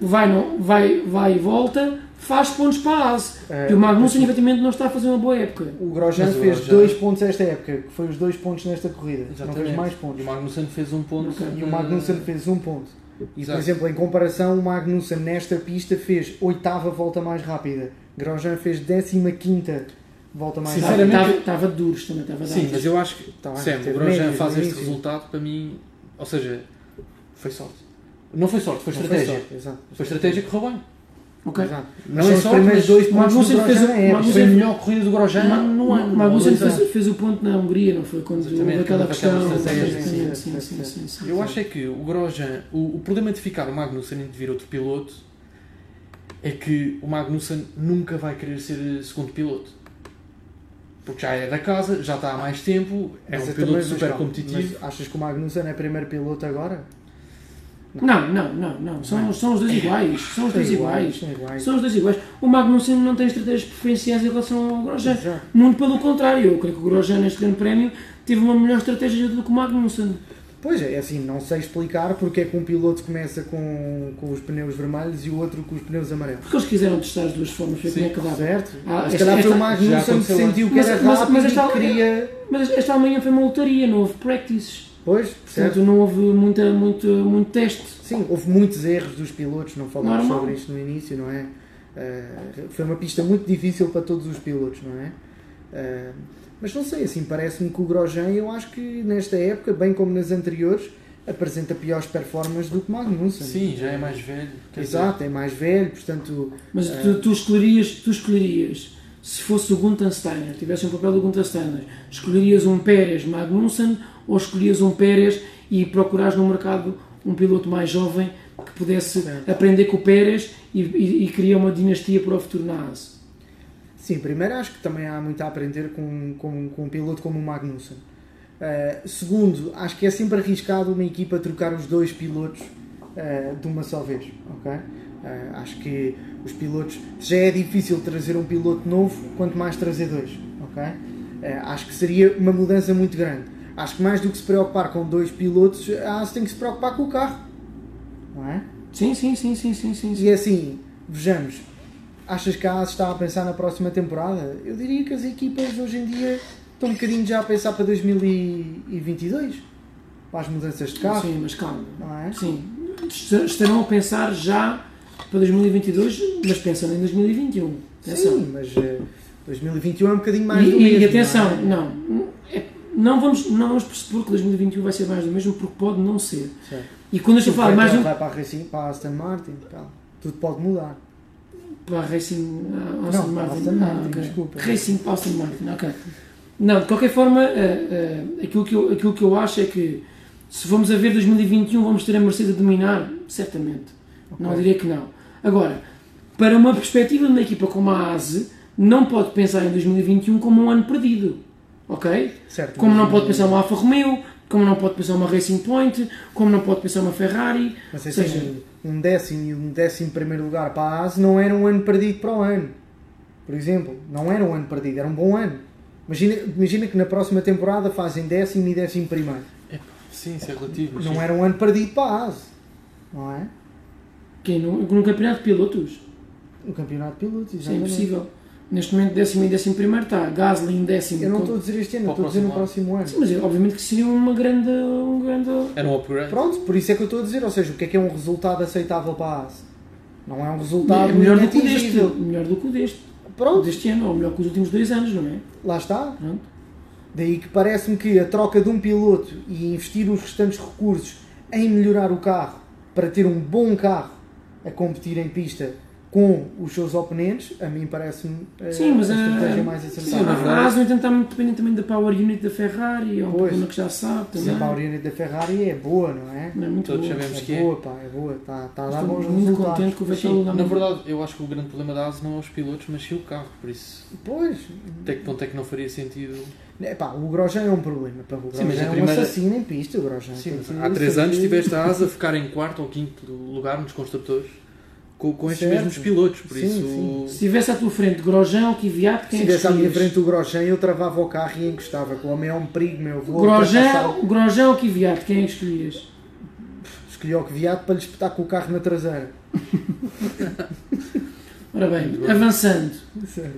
Speaker 3: vai, não, vai, vai e volta, faz pontos para a ASE.
Speaker 1: É,
Speaker 3: e o Magnussen, efetivamente, não está a fazer uma boa época.
Speaker 1: O Grosjean
Speaker 2: Mas o
Speaker 1: fez
Speaker 2: Grosjean-
Speaker 1: dois pontos esta época, que foi os dois pontos nesta corrida. Não fez
Speaker 2: exatamente.
Speaker 1: mais
Speaker 2: E
Speaker 1: pontos.
Speaker 2: o Magnussen fez um ponto.
Speaker 3: Ok.
Speaker 1: E o Magnussen fez um ponto. E, por
Speaker 2: Exato.
Speaker 1: exemplo, em comparação, o Magnussen nesta pista fez oitava volta mais rápida. Grosjean fez décima quinta volta mais
Speaker 2: Sinceramente,
Speaker 1: rápida.
Speaker 3: Estava, estava de duros também, estava de
Speaker 2: Sim,
Speaker 3: duros.
Speaker 2: mas eu acho que
Speaker 1: Tá bem,
Speaker 2: Sam,
Speaker 1: teve
Speaker 2: o Grosjean
Speaker 1: médios,
Speaker 2: faz
Speaker 1: no
Speaker 2: este
Speaker 1: início.
Speaker 2: resultado para mim. Ou seja, foi sorte. Não foi sorte, foi
Speaker 1: Não foi
Speaker 2: estratégia.
Speaker 1: sorte, Exato.
Speaker 2: Foi estratégia que correu bem.
Speaker 3: Ok.
Speaker 1: Exato.
Speaker 2: Não
Speaker 1: São
Speaker 2: é
Speaker 1: os
Speaker 2: sorte,
Speaker 1: primeiros
Speaker 2: mas
Speaker 1: dois
Speaker 3: o
Speaker 1: pontos
Speaker 3: Magnussen
Speaker 1: do
Speaker 3: fez-
Speaker 1: Grosjean é
Speaker 3: o
Speaker 1: épica.
Speaker 2: Foi a melhor corrida do Grosjean
Speaker 3: Ma-
Speaker 2: no um ano.
Speaker 3: Ma- Magnussen
Speaker 2: Exato.
Speaker 3: fez, fez o ponto na Hungria, não foi? Quando
Speaker 2: Exatamente,
Speaker 3: houve aquela
Speaker 2: quando houve aquela
Speaker 3: questão.
Speaker 2: estratégia,
Speaker 3: Exatamente,
Speaker 1: sim,
Speaker 3: sim,
Speaker 1: sim,
Speaker 3: sim,
Speaker 1: sim.
Speaker 3: sim, sim.
Speaker 2: Eu acho é que o Grosjean, o, o problema de ficar o Magnussen e de vir outro piloto é que o Magnussen nunca vai querer ser eh, segundo piloto. Porque já é da casa, já está há mais tempo, é
Speaker 1: Mas
Speaker 2: um
Speaker 1: eu
Speaker 2: piloto
Speaker 1: também-
Speaker 2: super
Speaker 1: mas calma,
Speaker 2: competitivo.
Speaker 1: mas achas que o Magnussen é primeiro piloto agora?
Speaker 3: Não, não, não, não.
Speaker 2: é?
Speaker 3: São, são os dois iguais. São os dois
Speaker 1: São iguais,
Speaker 3: iguais.
Speaker 1: são iguais.
Speaker 3: São os dois iguais. O Magnussen não tem estratégias preferenciais em relação ao Grosjean.
Speaker 1: Exato.
Speaker 3: Muito pelo contrário. Eu creio que o Grosjean, neste grande prémio, teve uma melhor estratégia do que o Magnussen.
Speaker 1: Pois é, assim, não sei explicar porque é que um piloto começa com, com os pneus vermelhos e o outro com os pneus amarelos.
Speaker 3: Porque eles quiseram testar as duas formas, ver
Speaker 2: Sim,
Speaker 3: como é que dava.
Speaker 1: Certo?
Speaker 3: Ah,
Speaker 1: Mas se
Speaker 3: esta-
Speaker 1: calhar foi o
Speaker 3: esta-
Speaker 2: já
Speaker 1: Magnussen que
Speaker 2: aconteceu antes.
Speaker 1: sentiu que
Speaker 3: Mas-
Speaker 1: era
Speaker 3: mas-
Speaker 1: rápido
Speaker 3: mas esta-
Speaker 1: e queria...
Speaker 3: Mas esta manhã foi uma lotaria, não houve practices.
Speaker 1: Pois,
Speaker 3: Portanto,
Speaker 1: certo?
Speaker 3: não houve muita, muito, muito teste.
Speaker 1: Sim, houve muitos erros dos pilotos, não falámos
Speaker 3: Normal.
Speaker 1: sobre isto no início, não é? Ah, foi uma pista muito difícil para todos os pilotos, não é? Ah, mas não sei, assim, parece-me que o Grosjean, eu acho que nesta época, bem como nas anteriores, apresenta piores performances do que Magnussen.
Speaker 2: Sim, já é mais velho. quer dizer,
Speaker 1: Exato, é mais velho, portanto,
Speaker 3: Mas
Speaker 1: É.
Speaker 3: tu, tu escolherias, tu escolherias, se fosse o Gunther Steiner, tivesse um papel do Gunther Steiner, escolherias um Pérez Magnussen ou escolherias um Pérez e procurares no mercado um piloto mais jovem que pudesse
Speaker 1: Certo.
Speaker 3: aprender com o Pérez e, e- e criar uma dinastia para o futuro na ASE.
Speaker 1: Sim, primeiro acho que também há muito a aprender com, com, com um piloto como o Magnussen. Eh, segundo, acho que é sempre arriscado uma equipa trocar os dois pilotos eh, de uma só vez. ok? Eh, acho que os pilotos. Já é difícil trazer um piloto novo, quanto mais trazer dois. ok? Eh, acho que seria uma mudança muito grande. Acho que mais do que se preocupar com dois pilotos, a ASE tem que se preocupar com o carro. Não é?
Speaker 3: Sim, sim, sim, sim, sim, sim. sim.
Speaker 1: E assim, vejamos, achas que a AS está a pensar na próxima temporada? Eu diria que as equipas hoje em dia estão um bocadinho já a pensar para 2022, para as mudanças de carro,
Speaker 3: Sim, mas calma.
Speaker 1: não é?
Speaker 3: Sim. Est- Estarão a pensar já para 2022, mas pensando em 2021. Atenção.
Speaker 1: Sim, mas eh, 2021 é um bocadinho mais
Speaker 3: e,
Speaker 1: do
Speaker 3: e
Speaker 1: mesmo,
Speaker 3: atenção,
Speaker 1: não é?
Speaker 3: não. é- não vamos, não vamos pressupor que 2021 vai ser mais do mesmo, porque pode não ser.
Speaker 1: Certo.
Speaker 3: E quando eu estou a falar
Speaker 1: Porque
Speaker 3: mais
Speaker 1: então
Speaker 3: um.
Speaker 1: vai para a Racing, para a Aston Martin, tal. tudo pode mudar.
Speaker 3: Para a Racing ah, Austin
Speaker 1: Não, para a
Speaker 3: Martin.
Speaker 1: Aston Martin,
Speaker 3: ok.
Speaker 1: desculpa.
Speaker 3: Racing Austin Martin, ok. Não, de qualquer forma, ah, ah, aquilo, que eu, aquilo que eu acho é que se vamos a ver 2021, vamos ter a Mercedes a dominar, certamente. Não diria que não. Agora, para uma perspectiva de uma equipa como a ASE, não pode pensar em 2021 como um ano perdido. Ok?
Speaker 1: Certo,
Speaker 3: Como
Speaker 1: mas
Speaker 3: não pode pensar uma Alfa Romeo, como não pode pensar uma Racing Point, como não pode pensar uma Ferrari.
Speaker 1: Mas
Speaker 3: ou
Speaker 1: assim,
Speaker 3: seja,
Speaker 1: um décimo e um décimo primeiro lugar para a ASE não era um ano perdido para o ano. Por exemplo, não era um ano perdido, era um bom ano. Imagina, imagina que na próxima temporada fazem décimo e décimo primeiro.
Speaker 2: epá, sim, isso é relativo. mas sim.
Speaker 1: Não era um ano perdido para a ASE. Não é?
Speaker 3: quem não, num campeonato de pilotos,
Speaker 1: O campeonato de pilotos,
Speaker 3: isso é
Speaker 1: exatamente.
Speaker 3: impossível. Neste momento, décimo e décimo primeiro está Gasly em décimo.
Speaker 1: Eu não
Speaker 3: com-
Speaker 1: estou a dizer este ano, eu
Speaker 2: Para
Speaker 1: estou
Speaker 2: o
Speaker 1: a dizer no
Speaker 2: próximo
Speaker 1: próximo ano.
Speaker 3: Sim, mas obviamente que seria uma grande. Um grande...
Speaker 2: Era um upgrade.
Speaker 1: Pronto, por isso é que eu estou a dizer. Ou seja, o que é que é um resultado aceitável para a ASE? Não é um resultado
Speaker 3: é melhor do que o deste.
Speaker 1: inatingível.
Speaker 3: Melhor do que o deste. O
Speaker 1: Pronto,
Speaker 3: deste ano, ou melhor que os últimos dois anos, não é?
Speaker 1: lá está.
Speaker 3: Pronto.
Speaker 1: Daí que parece-me que a troca de um piloto e investir os restantes recursos em melhorar o carro para ter um bom carro a competir em pista com os seus oponentes, a mim parece-me eh,
Speaker 3: Sim, mas
Speaker 1: a
Speaker 3: a-
Speaker 1: estratégia mais
Speaker 3: Sim, é
Speaker 1: acertada.
Speaker 2: na
Speaker 3: a
Speaker 2: verdade-
Speaker 3: Haas, no entanto, está muito dependente também da Power Unit da Ferrari, é um
Speaker 1: Pois.
Speaker 3: problema que já sabe
Speaker 1: Sim,
Speaker 3: também.
Speaker 1: a Paulina da Ferrari é boa, não é?
Speaker 3: Não é muito
Speaker 2: Todos
Speaker 3: boa.
Speaker 2: sabemos. Mas que
Speaker 1: É
Speaker 2: é.
Speaker 1: boa, pá, é boa. Está tá a dar
Speaker 3: Estou
Speaker 1: bons
Speaker 3: muito
Speaker 1: resultados.
Speaker 3: contente que o Vettel
Speaker 2: Sim,
Speaker 3: dá
Speaker 2: na
Speaker 3: muito-
Speaker 2: verdade, eu acho que o grande problema da ASE não é os pilotos, mas sim o carro. Por isso,
Speaker 1: Pois,
Speaker 2: até que ponto é que não faria sentido?
Speaker 1: é, pá, o Grosjean é um problema. Pá, o
Speaker 2: Sim,
Speaker 1: Grosjean
Speaker 2: mas a
Speaker 1: é um
Speaker 2: primeira-
Speaker 1: assassino em pista. O Grosjean
Speaker 2: Sim,
Speaker 1: tem
Speaker 2: mas
Speaker 1: que-
Speaker 2: há 3 anos
Speaker 1: tem que-
Speaker 2: tiveste a ASE a ficar em quarto ou quinto lugar nos construtores com, com estes
Speaker 1: Certo.
Speaker 2: mesmos pilotos. Por
Speaker 1: Sim,
Speaker 2: isso,
Speaker 3: Se tivesse à tua frente Grosjean ou Kvyat,
Speaker 1: Se
Speaker 3: quem é que
Speaker 1: estivesse à minha
Speaker 3: escolhias?
Speaker 1: frente o Grosjean, eu travava o carro e encostava. Que o homem é um perigo, meu. Vou ultrapassar
Speaker 3: Grosjean, Grosjean ou Kvyat, quem é que escolhias?
Speaker 1: Escolhi o que viado para lhe espetar com o carro na traseira.
Speaker 3: Ora bem, avançando.
Speaker 1: Sério.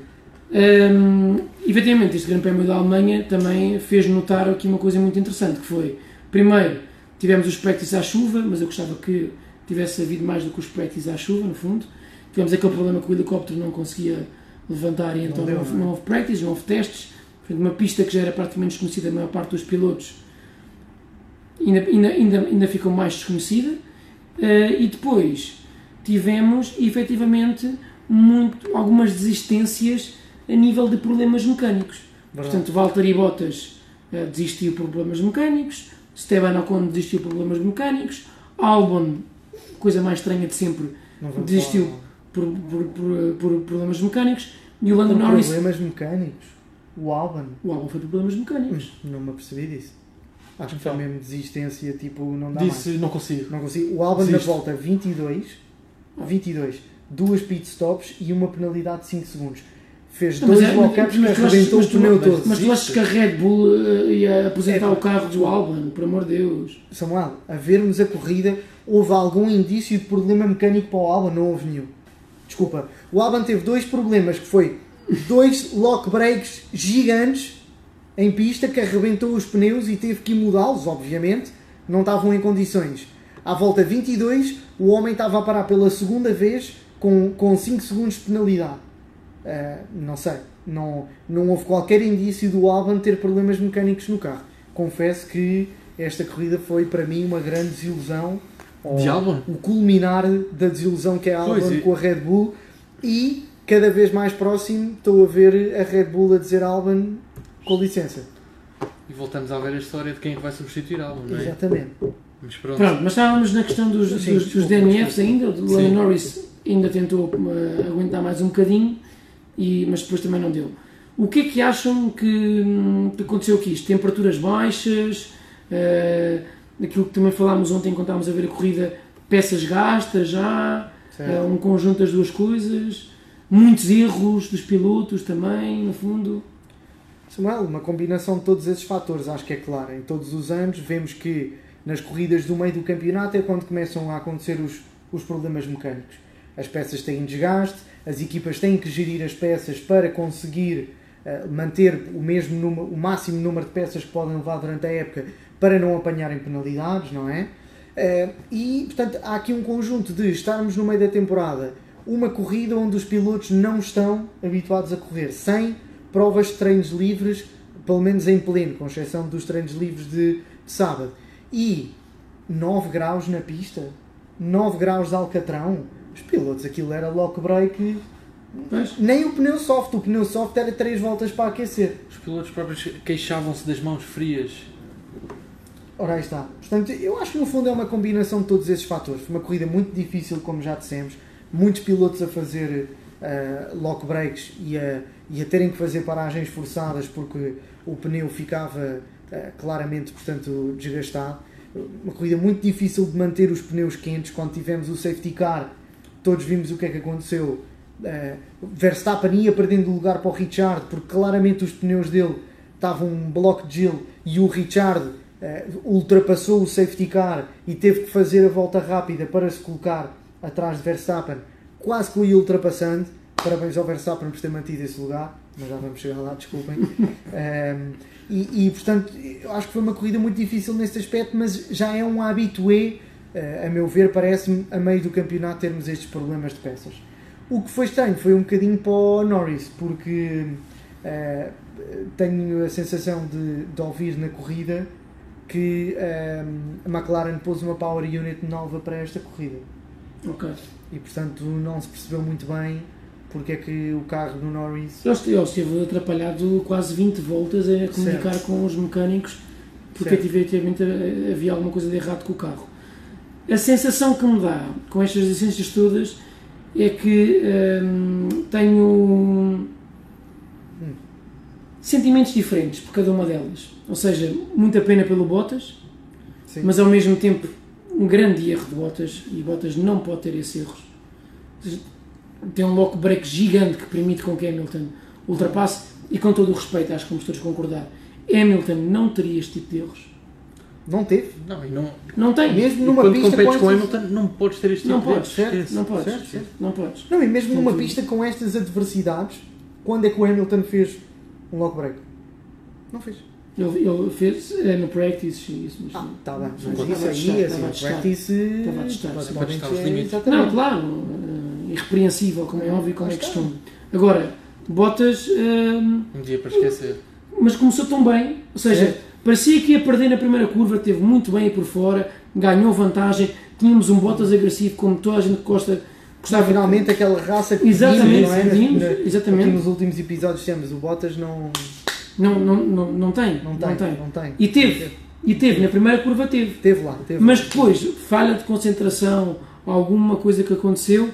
Speaker 3: Hum, efetivamente, este Grande Prémio da Alemanha também fez notar aqui uma coisa muito interessante, que foi, primeiro, tivemos os practice à chuva, mas eu gostava que tivesse havido mais do que os practice à chuva, no fundo. Tivemos aquele problema que o helicóptero não conseguia levantar e então não,
Speaker 1: deu,
Speaker 3: houve,
Speaker 1: não é?
Speaker 3: não houve practice, não houve testes. Portanto, uma pista que já era praticamente desconhecida da maior parte dos pilotos, ainda, ainda, ainda, ainda ficou mais desconhecida. Eh, e depois tivemos efetivamente muito, algumas desistências a nível de problemas mecânicos.
Speaker 1: Verdade.
Speaker 3: Portanto, Valtteri Bottas eh, desistiu por problemas mecânicos, Esteban Ocon desistiu por problemas mecânicos, Albon, coisa mais estranha de sempre,
Speaker 1: Não vamos
Speaker 3: desistiu
Speaker 1: falar.
Speaker 3: por, por, por- por problemas mecânicos e o Lando
Speaker 1: Com
Speaker 3: Norris.
Speaker 1: problemas mecânicos. O Alban.
Speaker 3: O Albon foi por problemas mecânicos.
Speaker 1: Não me apercebi disso. Acho que foi
Speaker 2: Então.
Speaker 1: mesmo desistência, tipo, não
Speaker 2: o...
Speaker 1: dá
Speaker 2: disse não consigo.
Speaker 1: mais. Não consigo. O Alban na
Speaker 2: Desiste.
Speaker 1: volta 22, 22, duas pit stops e uma penalidade de 5 segundos. fez dois
Speaker 3: é-
Speaker 1: walk-ups que
Speaker 3: mas tu achas-
Speaker 1: arrebentou
Speaker 3: mas
Speaker 1: o
Speaker 3: tu-
Speaker 1: pneu
Speaker 3: mas-
Speaker 1: todo.
Speaker 3: Mas tu achas que a Red Bull eh, ia aposentar
Speaker 1: É,
Speaker 3: o carro do Albon, por amor de Deus?
Speaker 1: Samuel, a vermos a corrida, houve algum indício de problema mecânico para o Albon? Não houve nenhum. Desculpa. O Albon teve dois problemas, que foi dois lock breaks gigantes em pista que arrebentou os pneus e teve que mudá-los, obviamente. Não estavam em condições. À volta 22, o homem estava a parar pela segunda vez com, com 5 segundos de penalidade. Uh, não sei, não, não houve qualquer indício do Albon ter problemas mecânicos no carro. Confesso que esta corrida foi para mim uma grande desilusão. ou
Speaker 2: De Albon?
Speaker 1: O culminar da desilusão que é a Albon
Speaker 2: Pois, e-
Speaker 1: com a Red Bull e cada vez mais próximo estou a ver a Red Bull a dizer Albon com licença.
Speaker 2: E voltamos a ver a história de quem é que vai substituir Albon, não é?
Speaker 1: Exatamente.
Speaker 2: Mas pronto.
Speaker 3: Pronto, mas estávamos na questão dos,
Speaker 1: Sim,
Speaker 3: dos, dos
Speaker 1: desculpa,
Speaker 3: DNFs ainda. O
Speaker 2: Sim.
Speaker 3: Lando Norris ainda tentou eh, aguentar mais um bocadinho, e, mas depois também não deu. O que é que acham que hum, aconteceu aqui? Isto? Temperaturas baixas, eh, aquilo que também falámos ontem quando estávamos a ver a corrida, peças gastas já,
Speaker 1: Certo.
Speaker 3: eh, um conjunto das duas coisas, muitos erros dos pilotos também, no fundo.
Speaker 1: Samuel, uma combinação de todos esses fatores, acho que é claro. Em todos os anos vemos que nas corridas do meio do campeonato é quando começam a acontecer os, os problemas mecânicos. As peças têm desgaste, as equipas têm que gerir as peças para conseguir eh, manter o, mesmo número, o máximo número de peças que podem levar durante a época para não apanharem penalidades, não é? Eh, e, portanto, há aqui um conjunto de estarmos no meio da temporada, uma corrida onde os pilotos não estão habituados a correr, sem provas de treinos livres, pelo menos em pleno, com exceção dos treinos livres de, de sábado. E 9 graus na pista, 9 graus de alcatrão, os pilotos, aquilo era lock break,
Speaker 3: Pois?
Speaker 1: nem o pneu soft, o pneu soft era 3 voltas para aquecer.
Speaker 2: Os pilotos próprios queixavam-se das mãos frias.
Speaker 1: Ora, aí está. Portanto, eu acho que no fundo é uma combinação de todos esses fatores. Foi uma corrida muito difícil, como já dissemos. Muitos pilotos a fazer ah, lock breaks e a, e a terem que fazer paragens forçadas porque o pneu ficava ah, claramente, portanto, desgastado. Uma corrida muito difícil de manter os pneus quentes. Quando tivemos o safety car, todos vimos o que é que aconteceu. Ah, Verstappen ia perdendo lugar para o Richard porque claramente os pneus dele estavam um bloco de gelo e o Richard eh, ultrapassou o safety car e teve que fazer a volta rápida para se colocar atrás de Verstappen, quase que o ia ultrapassando. Parabéns ao Verstappen por ter mantido esse lugar, mas já vamos chegar lá, desculpem. Ehm, e, e, portanto, eu acho que foi uma corrida muito difícil nesse aspecto, mas já é um habitué, eh, a meu ver, parece-me, a meio do campeonato termos estes problemas de peças. O que foi estranho foi um bocadinho para o Norris, porque eh, tenho a sensação de, de ouvir na corrida que eh, a McLaren pôs uma power unit nova para esta corrida
Speaker 3: Ok.
Speaker 1: e portanto não se percebeu muito bem porque é que o carro do Norris
Speaker 3: Ele este- ele esteve atrapalhado quase 20 voltas a comunicar com os mecânicos porque
Speaker 1: Certo.
Speaker 3: efetivamente eh, havia alguma coisa de errado com o carro. A sensação que me dá com estas licenças todas é que hum, tenho sentimentos diferentes por cada uma delas. Ou seja, muita pena pelo Bottas,
Speaker 1: Sim.
Speaker 3: mas ao mesmo tempo um grande erro de Bottas e Bottas não pode ter esses erros. Tem um lock break gigante que permite com que Hamilton ultrapasse e com todo o respeito, acho que vamos todos concordar, Hamilton não teria este tipo de erros.
Speaker 1: não teve
Speaker 2: Não, e não.
Speaker 3: Não tem.
Speaker 1: mesmo
Speaker 2: e
Speaker 1: numa
Speaker 2: quando
Speaker 1: pista
Speaker 2: competes com
Speaker 1: com estas...
Speaker 2: Hamilton, não podes ter este tipo
Speaker 3: não
Speaker 2: de
Speaker 3: podes,
Speaker 2: erros,
Speaker 3: não
Speaker 2: esquece.
Speaker 3: podes,
Speaker 1: Certo, certo.
Speaker 3: não podes.
Speaker 1: não e mesmo numa
Speaker 3: Não teve.
Speaker 1: pista com estas adversidades quando é que o Hamilton fez um lock break não fez
Speaker 3: Ele, ele fez eh, no practice e isso, mas
Speaker 1: ah está bem mas
Speaker 3: pode
Speaker 1: isso
Speaker 3: testar, não
Speaker 1: aí assim
Speaker 3: pode
Speaker 1: o
Speaker 3: testar.
Speaker 1: practice
Speaker 3: Não pode testar,
Speaker 2: só pode testar os
Speaker 1: é-
Speaker 2: limites.
Speaker 1: exatamente.
Speaker 3: Não, claro, eh, irrepreensível, como é óbvio, como é
Speaker 1: Mas Ah, está.
Speaker 3: costume. Agora, Bottas. eh,
Speaker 2: Um dia para esquecer.
Speaker 3: mas começou tão bem. Ou seja,
Speaker 1: Certo.
Speaker 3: parecia que ia perder na primeira curva, teve muito bem aí por fora, ganhou vantagem. Tínhamos um Bottas agressivo, como toda a gente gosta, gostava
Speaker 1: finalmente aquela raça que
Speaker 3: Exatamente,
Speaker 1: pedimos, não é?
Speaker 3: pedimos,
Speaker 1: Na- na-
Speaker 3: exatamente.
Speaker 1: aqui nos últimos episódios temos o Bottas não,
Speaker 3: Não, não, não, não tem,
Speaker 1: não, tem, não tem,
Speaker 3: E teve, e teve, na primeira curva teve.
Speaker 1: Teve lá, teve.
Speaker 3: Mas depois, falha de concentração, alguma coisa que aconteceu,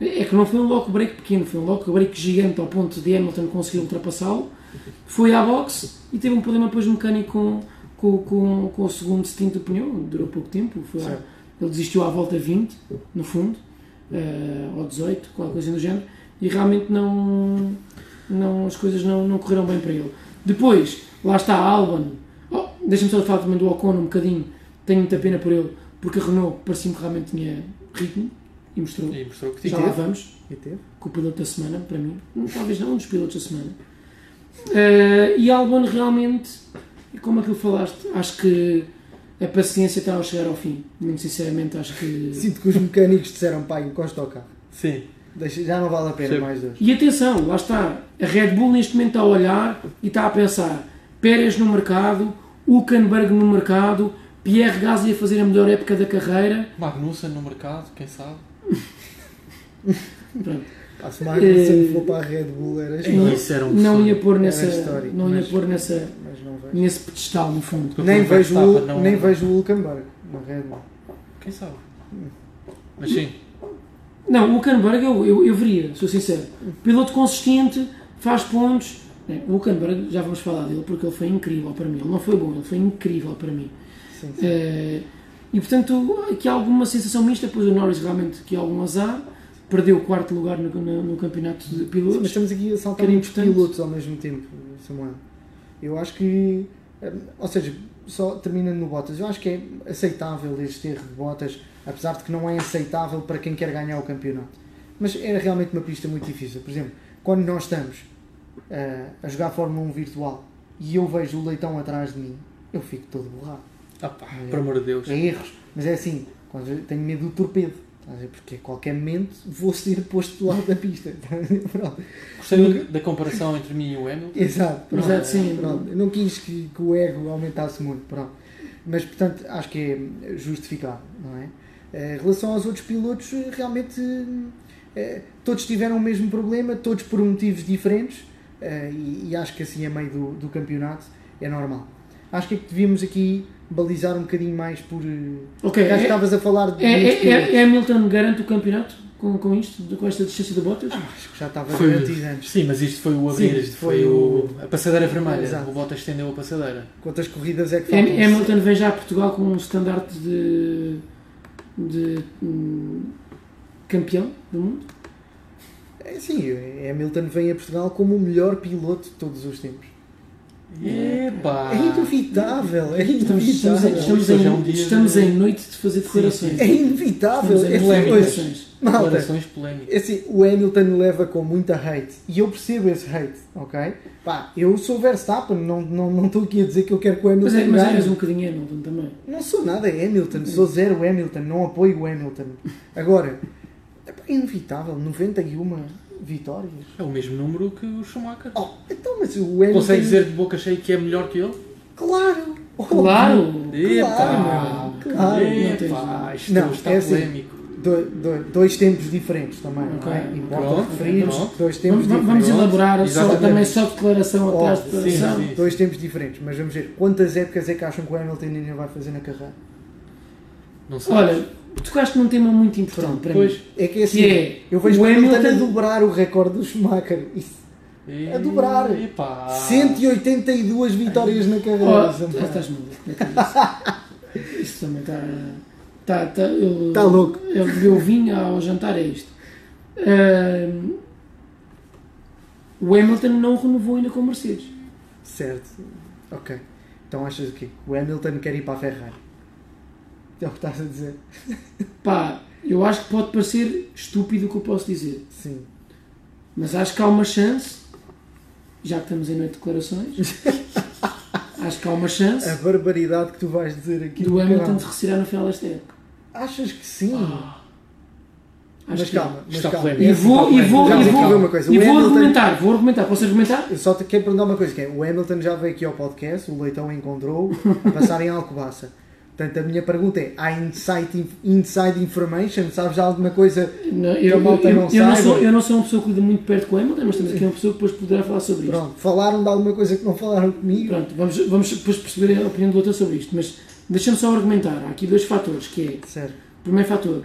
Speaker 3: é que não foi um lock break pequeno, foi um lock break gigante ao ponto de Hamilton conseguir ultrapassá-lo. Foi à boxe e teve um problema depois mecânico com, com, com, com o segundo stint do pneu, durou pouco tempo. Foi à-
Speaker 1: Certo.
Speaker 3: ele desistiu à volta 20, no fundo, eh, ou 18, qualquer coisa do género, e realmente não. não, as coisas não, não correram bem para ele. Depois, lá está a Albon. Oh, Deixa-me só falar também do Ocon um bocadinho. Tenho muita pena por ele, porque a Renault parecia-me que realmente tinha ritmo e mostrou.
Speaker 2: E mostrou que
Speaker 3: Já
Speaker 2: tinha.
Speaker 3: lá vamos
Speaker 1: E teve.
Speaker 3: com o piloto da semana, para mim. Talvez não, um dos pilotos da semana. Eh, e Albon realmente, como aquilo falaste, acho que a paciência está a chegar ao fim. Muito sinceramente, acho que.
Speaker 1: Sinto que os mecânicos disseram, pá, encosta ao carro.
Speaker 2: Sim.
Speaker 1: Deixa- já não vale a pena
Speaker 2: Sim.
Speaker 1: mais dois.
Speaker 3: E atenção, lá está. A Red Bull neste momento está a olhar e está a pensar: Pérez no mercado, Hülkenberg no mercado, Pierre Gasly a fazer a melhor época da carreira.
Speaker 2: Magnussen no mercado, quem sabe?
Speaker 3: Pronto.
Speaker 1: Pá, se
Speaker 3: Eh,
Speaker 1: Magnussen for para a Red Bull era isto.
Speaker 3: Não,
Speaker 2: Isso era um
Speaker 3: não
Speaker 2: sonho.
Speaker 3: ia pôr
Speaker 1: Era
Speaker 3: nessa,
Speaker 1: É histórico,
Speaker 3: não ia
Speaker 1: mas-
Speaker 3: pôr nessa,
Speaker 1: Mas não vejo.
Speaker 3: nesse pedestal no fundo.
Speaker 1: Nem
Speaker 2: Porque o
Speaker 1: vejo, o,
Speaker 2: Verstappen não-
Speaker 1: nem vejo o Hulkenberg na Red Bull.
Speaker 2: Quem sabe? Mas sim,
Speaker 3: Não, o Hülkenberg eu, eu, eu veria, sou sincero. Piloto consistente, faz pontos. Bem, O Hülkenberg, já vamos falar dele, porque ele foi incrível para mim. Ele não foi bom, ele foi incrível para mim.
Speaker 1: Sim,
Speaker 3: Eh, e portanto, aqui há alguma sensação mista, pois o Norris realmente aqui há algum azar. Perdeu o quarto lugar no, no- no campeonato de
Speaker 1: Sim, mas
Speaker 3: pilotos.
Speaker 1: estamos aqui a saltar
Speaker 3: Que era
Speaker 1: muitos
Speaker 3: importante.
Speaker 1: pilotos ao mesmo tempo, Samuel. Eu acho que. hum, Ou seja, só terminando no Bottas, eu acho que é aceitável este erro de Bottas, apesar de que não é aceitável para quem quer ganhar o campeonato. Mas era realmente uma pista muito difícil. Por exemplo, quando nós estamos ah, a jogar Fórmula 1 virtual e eu vejo o leitão atrás de mim, eu fico todo borrado.
Speaker 2: ah, pá, por amor de Deus.
Speaker 1: É erros. Mas é assim, quando eu tenho medo do torpedo. estás a ver? Porque a qualquer momento vou ser posto do lado da pista. estás a ver? Pronto.
Speaker 2: Gostei do- da comparação entre mim e o Hamilton.
Speaker 1: Exato, pronto. é
Speaker 3: Exato, sim.
Speaker 1: Pronto, eu Não quis que, que o ego aumentasse muito, pronto. Mas, portanto, acho que é justificado, não é? Eh, Em relação aos outros pilotos, eh, realmente eh, todos tiveram o mesmo problema, todos por motivos diferentes, eh, e, e acho que assim, a meio do, do campeonato, é normal. Acho que é que devíamos aqui balizar um bocadinho mais por. eh,
Speaker 3: Ok,
Speaker 1: já
Speaker 3: é,
Speaker 1: estavas a falar de.
Speaker 3: é,
Speaker 1: muitos
Speaker 3: é,
Speaker 1: pilotos.
Speaker 3: é- Hamilton garante o campeonato com, com isto, com esta distância de botas?
Speaker 1: Acho que já estava garantido antes.
Speaker 2: Sim, mas isto foi o abrir,
Speaker 1: Sim,
Speaker 2: isto
Speaker 1: foi
Speaker 2: foi o... a passadeira vermelha.
Speaker 1: Exato.
Speaker 2: O Bottas estendeu a passadeira.
Speaker 1: Quantas corridas é que faltam?
Speaker 3: Ham- Hamilton vem já a Portugal com um standard de, de hum, campeão do mundo.
Speaker 1: É, sim, Hamilton vem a Portugal como o melhor piloto de todos os tempos.
Speaker 2: Epá!
Speaker 1: É inevitável, é
Speaker 3: Ah. Estamos, estamos, em,
Speaker 1: inevitável.
Speaker 3: estamos,
Speaker 2: Hoje é um
Speaker 3: em,
Speaker 2: dia de-
Speaker 3: estamos em noite de fazer declarações.
Speaker 1: É inevitável.
Speaker 3: Estamos em
Speaker 1: É
Speaker 2: polémicas.
Speaker 1: assim,
Speaker 2: polémica.
Speaker 1: hoje,
Speaker 3: declarações.
Speaker 1: malta,
Speaker 2: Declarações polémicas.
Speaker 1: é assim, o Hamilton leva com muita hate. E eu percebo esse hate, ok? Pá, eu sou Verstappen, não estou não, estou aqui a dizer que eu quero que o
Speaker 3: Mas,
Speaker 1: Hamilton
Speaker 3: é, mas
Speaker 1: ganhe.
Speaker 3: eras um bocadinho Hamilton também.
Speaker 1: Não sou nada Hamilton, sou zero Hamilton, não apoio o Hamilton. Agora, é inevitável, 91 vitórias.
Speaker 2: É o mesmo número que o Schumacher.
Speaker 1: Oh, então, mas o Hamilton...
Speaker 2: Consegue dizer de boca cheia que é melhor que ele?
Speaker 1: Claro!
Speaker 3: Claro!
Speaker 2: Epá!
Speaker 1: Claro, claro.
Speaker 3: Não tens
Speaker 2: Epá!
Speaker 3: nada.
Speaker 2: Isto
Speaker 1: Não,
Speaker 2: está
Speaker 1: é assim.
Speaker 2: polémico.
Speaker 1: Do- do- dois tempos diferentes também, não é?
Speaker 3: Ok.
Speaker 1: Importa
Speaker 2: Pronto,
Speaker 1: referir
Speaker 2: pronto.
Speaker 1: dois tempos
Speaker 3: Vamos, vamos vamos
Speaker 1: diferentes.
Speaker 3: elaborar só,
Speaker 2: um Exatamente.
Speaker 3: também só declaração atrás de
Speaker 1: Óbvio,
Speaker 2: sim,
Speaker 3: declaração.
Speaker 2: sim.
Speaker 1: Dois tempos diferentes, mas vamos ver quantas épocas é que acham que o Hamilton ainda vai fazer na carreira.
Speaker 2: Não sei.
Speaker 3: Olha, tocaste num tema muito importante para
Speaker 2: Pois.
Speaker 3: mim.
Speaker 1: É que é assim,
Speaker 3: Que é,
Speaker 1: eu vejo
Speaker 3: o
Speaker 1: o Hamilton a
Speaker 3: Hamilton-
Speaker 1: dobrar o recorde do Schumacher. Isso. A dobrar.
Speaker 2: Epá!
Speaker 1: 182 vitórias na carreira.
Speaker 3: Oh,
Speaker 1: Samuel.
Speaker 3: estás maluco. não acredito. é Isso também está. Tá, tá, eu-
Speaker 1: Tá louco.
Speaker 3: Eu bebi o vinho ao jantar, é isto. Ahm, o Hamilton não renovou ainda com o Mercedes.
Speaker 1: Certo. Ok. Então achas o quê? O Hamilton quer ir para a Ferrari. É o que estás a dizer.
Speaker 3: Pá, eu acho que pode parecer estúpido o que eu posso dizer,
Speaker 1: Sim.
Speaker 3: mas acho que há uma chance, já que estamos em noite de declarações, acho que há uma
Speaker 1: A
Speaker 3: chance
Speaker 1: barbaridade É, que tu vais dizer aqui.
Speaker 3: do
Speaker 1: no
Speaker 3: Hamilton
Speaker 1: canal.
Speaker 3: de retirar no final desta época.
Speaker 1: Achas que sim?
Speaker 3: Acho
Speaker 1: mas
Speaker 3: que é.
Speaker 1: calma, mas
Speaker 2: Está
Speaker 1: calma. assim,
Speaker 2: polémico.
Speaker 3: E vou, e vou,
Speaker 1: Já
Speaker 3: e
Speaker 1: vou dizer
Speaker 3: vou,
Speaker 1: uma coisa, o
Speaker 3: e vou
Speaker 1: Hamilton-
Speaker 3: argumentar, vou argumentar. Posso argumentar?
Speaker 1: Eu só te quero perguntar uma coisa, que é, o Hamilton já veio aqui ao podcast, o Leitão encontrou a passar em Alcobaça. Portanto, a minha pergunta é, há inside, inf- inside information? Sabes já alguma coisa?
Speaker 3: Não, eu,
Speaker 1: a malta
Speaker 3: eu-
Speaker 1: não
Speaker 3: eu não
Speaker 1: saiba.
Speaker 3: sou, eu não sou uma pessoa que lida muito perto com o Hamilton, mas temos aqui uma pessoa que depois poderá falar sobre isto.
Speaker 1: Pronto, falaram de alguma coisa que não falaram comigo?
Speaker 3: Pronto, vamos, vamos depois perceber a opinião do outro sobre isto, mas deixa-me só argumentar. Há aqui dois fatores, que é,
Speaker 1: Sério.
Speaker 3: primeiro fator,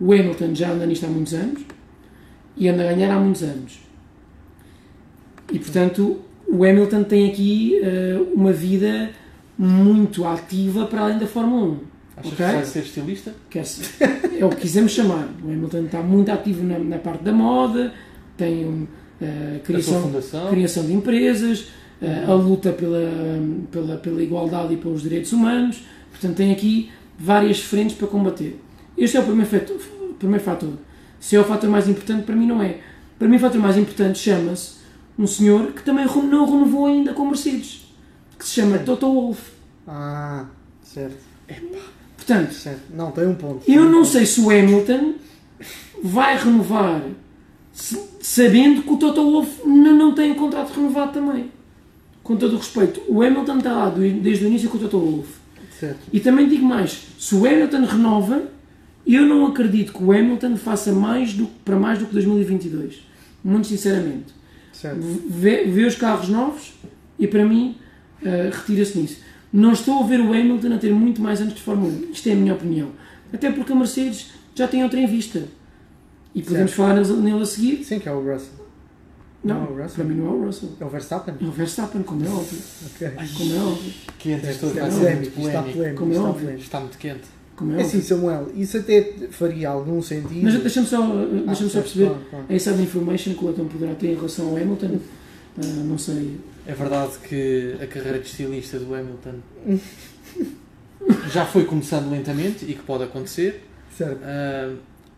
Speaker 3: o Hamilton já anda nisto há muitos anos e anda a ganhar há muitos anos. E, portanto, o Hamilton tem aqui eh, uma vida muito ativa para além da Fórmula 1.
Speaker 2: Achas
Speaker 3: ok?
Speaker 2: que vai ser estilista?
Speaker 3: quer se- é o que quisermos chamar. O Hamilton está muito ativo na, na parte da moda, tem um- eh,
Speaker 2: sua
Speaker 3: criação,
Speaker 2: fundação.
Speaker 3: criação de empresas, eh, a luta pela, pela, pela igualdade e pelos direitos humanos. Portanto, tem aqui várias frentes para combater. Este é o primeiro fator. Primeiro fator. Se é o fator mais importante, para mim não é. Para mim, o fator mais importante chama-se um senhor que também reno- não renovou ainda com Mercedes, que se chama Toto Wolff.
Speaker 1: Ah, certo,
Speaker 3: Portanto,
Speaker 1: certo. Não, tem um ponto.
Speaker 3: eu não sei se o Hamilton vai renovar se- sabendo que o Toto Wolff n- não tem contrato renovado também. Com todo o respeito, o Hamilton está lá do- desde o início com o Toto Wolff.
Speaker 1: Certo.
Speaker 3: E também digo mais, se o Hamilton renova, eu não acredito que o Hamilton faça mais do, para mais do que 2022. Muito sinceramente.
Speaker 1: Certo.
Speaker 3: Vê, vê os carros novos e para mim eh, retira-se nisso. Não estou a ver o Hamilton a ter muito mais anos de Fórmula 1. Isto é a minha opinião. Até porque a Mercedes já tem outra em vista. E podemos
Speaker 1: Certo.
Speaker 3: falar nele nele a seguir.
Speaker 1: Sim, que é o Russell. Não
Speaker 3: Não,
Speaker 1: é o Russell.
Speaker 3: para mim não é o Russell.
Speaker 1: É o Verstappen?
Speaker 3: É o Verstappen, como é óbvio.
Speaker 1: Ok.
Speaker 3: Como é óbvio.
Speaker 2: Que entras
Speaker 1: Isto
Speaker 2: todo,
Speaker 1: é
Speaker 2: vai ser muito
Speaker 1: polémico, isto está
Speaker 2: polémico.
Speaker 1: polémico,
Speaker 3: Como é
Speaker 1: isto está
Speaker 3: óbvio.
Speaker 1: polémico.
Speaker 2: Está muito quente.
Speaker 3: Como é
Speaker 1: É
Speaker 3: óbvio.
Speaker 1: assim, Samuel, isso até faria algum sentido.
Speaker 3: Mas deixa-me só, eh,
Speaker 1: Ah,
Speaker 3: deixa-me só
Speaker 1: certo,
Speaker 3: perceber
Speaker 1: claro, claro.
Speaker 3: a inside information que o Elton poderá ter em relação ao Hamilton. Ah, não sei.
Speaker 2: É verdade que a carreira de estilista do Hamilton já foi começando lentamente e que pode acontecer.
Speaker 1: Certo.
Speaker 2: Ah,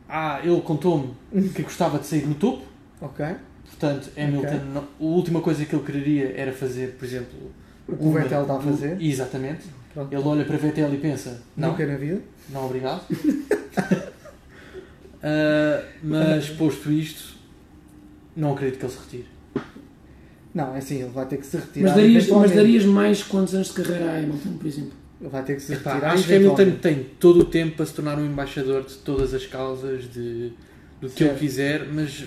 Speaker 2: ah, ele contou-me que gostava de sair no topo,
Speaker 1: Ok.
Speaker 2: portanto, Hamilton,
Speaker 1: Ok.
Speaker 2: não- a última coisa que ele quereria era fazer, por exemplo,
Speaker 1: O que o
Speaker 2: uma
Speaker 1: Vettel está a
Speaker 2: do-
Speaker 1: fazer.
Speaker 2: Exatamente.
Speaker 1: Pronto.
Speaker 2: Ele olha para Vettel e pensa: não,
Speaker 1: Nunca na vida.
Speaker 2: Não, obrigado. Ah, mas posto isto, não acredito que ele se retire.
Speaker 1: Não, é assim, ele vai ter que se retirar.
Speaker 3: Mas darias, mas
Speaker 1: eventualmente.
Speaker 3: darias mais quantos anos de carreira a Hamilton, por exemplo?
Speaker 1: Ele vai ter que se
Speaker 2: Epá,
Speaker 1: retirar.
Speaker 2: acho que Hamilton
Speaker 1: eventualmente.
Speaker 2: tem todo o tempo para se tornar um embaixador de todas as causas, de, do que ele
Speaker 1: Certo.
Speaker 2: quiser, mas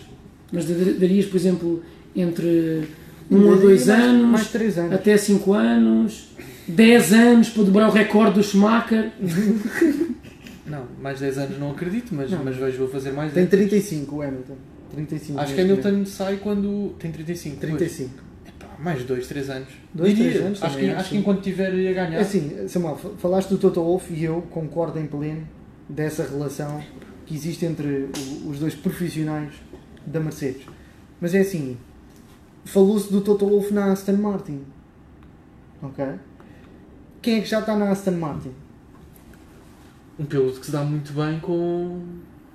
Speaker 3: Mas da- darias, por exemplo, entre um ou
Speaker 1: Daria
Speaker 3: dois
Speaker 1: mais-
Speaker 3: anos,
Speaker 1: Mais três anos.
Speaker 3: até cinco anos, dez anos para dobrar o recorde do Schumacher.
Speaker 2: não, mais 10 anos não acredito, mas,
Speaker 1: Não.
Speaker 2: mas vejo-o fazer mais
Speaker 1: Tem
Speaker 2: 10.
Speaker 1: 35 o Hamilton. 35
Speaker 2: Acho que
Speaker 1: neste
Speaker 2: Hamilton sai quando tem 35.
Speaker 1: momento. 35.
Speaker 2: pois. Epá, mais 2, 3 anos.
Speaker 1: Dois,
Speaker 2: Diria,
Speaker 1: três anos
Speaker 2: acho, que,
Speaker 1: também,
Speaker 2: acho
Speaker 1: acho.
Speaker 2: que enquanto estiver a ganhar,
Speaker 1: É assim, Samuel, fa- falaste do Toto Wolff e eu concordo em pleno dessa relação que existe entre o- os dois profissionais da Mercedes. Mas é assim, falou-se do Toto Wolff na Aston Martin. Ok? Quem é que já está na Aston Martin?
Speaker 2: um piloto que se dá muito bem com,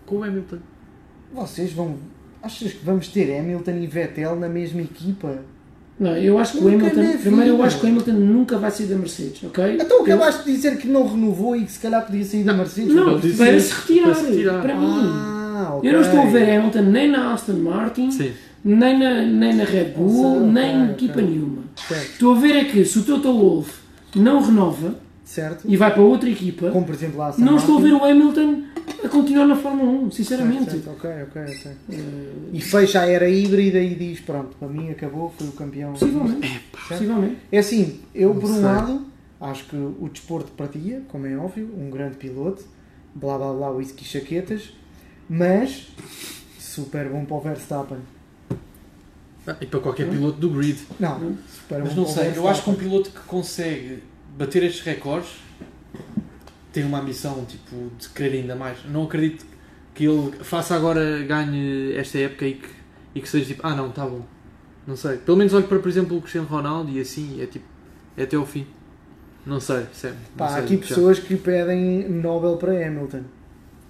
Speaker 2: com o Hamilton.
Speaker 1: Vocês vão. Achas que vamos ter Hamilton e Vettel na mesma equipa?
Speaker 3: Não, eu acho que o
Speaker 1: Nunca na
Speaker 3: Hamilton.
Speaker 1: vida.
Speaker 3: Primeiro, eu acho que o Hamilton nunca vai sair da Mercedes, ok?
Speaker 1: Então
Speaker 3: eu,
Speaker 1: acabaste de dizer que não renovou e que se calhar podia sair da Mercedes?
Speaker 3: Não,
Speaker 2: Ele disse
Speaker 3: para
Speaker 2: isso,
Speaker 3: se retirar.
Speaker 2: para
Speaker 3: Para,
Speaker 2: se retirar.
Speaker 3: mim.
Speaker 1: Ah, ok.
Speaker 3: Eu não estou a ver Hamilton nem na Aston Martin,
Speaker 2: Sim.
Speaker 3: nem na, nem na Red Bull,
Speaker 1: Ah, Sim,
Speaker 3: nem em
Speaker 1: ok,
Speaker 3: equipa
Speaker 1: ok.
Speaker 3: nenhuma.
Speaker 1: Certo.
Speaker 3: Estou a ver é que se o Toto Wolff não renova
Speaker 1: certo.
Speaker 3: e vai para outra equipa,
Speaker 1: Como por exemplo a Aston
Speaker 3: não
Speaker 1: Martin.
Speaker 3: estou a ver o Hamilton a continuar na Fórmula 1, sinceramente.
Speaker 1: é Certo, certo, ok, ok, ok. E fecha a era híbrida e diz: pronto, para mim acabou, foi o campeão.
Speaker 3: Possivelmente. Possivelmente.
Speaker 1: É assim, eu por um
Speaker 2: sei.
Speaker 1: lado acho que o desporto pratia, como é óbvio, um grande piloto, blá blá blá, whisky e chaquetas, mas super bom para o Verstappen.
Speaker 2: Ah, E para qualquer piloto do grid.
Speaker 1: Não, super
Speaker 2: Mas não
Speaker 1: bom para o
Speaker 2: sei, eu
Speaker 1: Verstappen.
Speaker 2: acho que um piloto que consegue bater estes recordes tem uma ambição tipo, de querer ainda mais. Não acredito que ele faça agora, ganhe esta época e que, e que seja tipo, ah não, tá bom. Não sei. Pelo menos olho para, por exemplo, o Cristiano Ronaldo e assim, é tipo, é até ao fim. Não sei, percebe? Não
Speaker 1: Pá, há
Speaker 2: sei,
Speaker 1: aqui
Speaker 2: já.
Speaker 1: pessoas que pedem Nobel para Hamilton.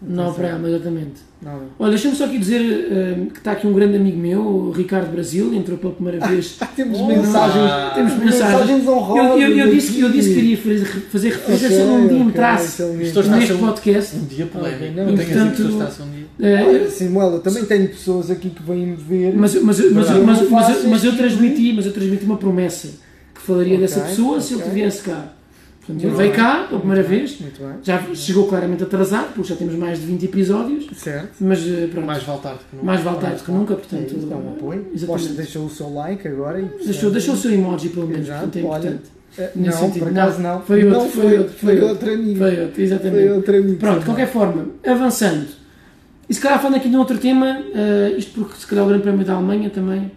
Speaker 3: Não para ela, exatamente.
Speaker 1: Nobel.
Speaker 3: Olha, deixa-me só aqui dizer eh, que está aqui um grande amigo meu, o Ricardo Brasil, entrou pela
Speaker 1: Ah,
Speaker 3: primeira vez.
Speaker 1: Temos
Speaker 2: Olá. Ah.
Speaker 1: mensagens, temos
Speaker 3: Mensagens.
Speaker 1: mensagens honrosas.
Speaker 3: Eu, eu, eu disse, que- eu disse que
Speaker 1: aqui.
Speaker 3: iria fazer fazer referência
Speaker 1: Ok,
Speaker 3: se ele um dia
Speaker 1: ok, é então
Speaker 3: entrasse
Speaker 1: excelente.
Speaker 2: Estou-
Speaker 3: neste
Speaker 2: Estás a-
Speaker 3: podcast.
Speaker 2: Um dia polémico.
Speaker 1: Ok, não,
Speaker 2: não, tenho a dizer que
Speaker 3: é. portanto-
Speaker 2: pessoas está a um dia.
Speaker 1: Olha,
Speaker 3: Eh,
Speaker 1: Samuel, eu também tenho pessoas aqui que vêm me ver.
Speaker 3: mas, mas, mas, mas,
Speaker 1: Verdade.
Speaker 3: mas, mas,
Speaker 1: Não
Speaker 3: mas eu
Speaker 1: faças
Speaker 3: transmiti, mas eu transmiti uma promessa que falaria
Speaker 1: Ok,
Speaker 3: dessa pessoa se ele
Speaker 1: ok.
Speaker 3: viesse cá. Portanto, ele
Speaker 1: Muito
Speaker 3: veio
Speaker 1: bem.
Speaker 3: cá pela é primeira vez,
Speaker 1: Muito bem.
Speaker 3: já chegou claramente atrasado, porque já temos mais de 20 episódios,
Speaker 1: Certo.
Speaker 3: mas eh, pronto,
Speaker 2: Mais
Speaker 3: mais,
Speaker 2: vale tarde que não.
Speaker 3: vale tarde que nunca, portanto.
Speaker 1: É isso, dá um apoio.
Speaker 3: exatamente.
Speaker 1: Posta, deixa o seu like agora e.
Speaker 3: Deixou, deixou o seu emoji, pelo menos,
Speaker 1: Exato,
Speaker 3: portanto é
Speaker 1: olha.
Speaker 3: importante.
Speaker 1: Eh,
Speaker 3: nesse
Speaker 1: Não,
Speaker 3: sentido.
Speaker 1: por acaso não.
Speaker 3: Foi outro,
Speaker 1: Não,
Speaker 3: foi outro, foi outro.
Speaker 1: outro amigo.
Speaker 3: Foi outro, exatamente.
Speaker 1: Foi outro amigo.
Speaker 3: Pronto, de qualquer forma, avançando. E se calhar falando aqui de um outro tema, eh, isto porque se calhar o Grande Prémio da Alemanha também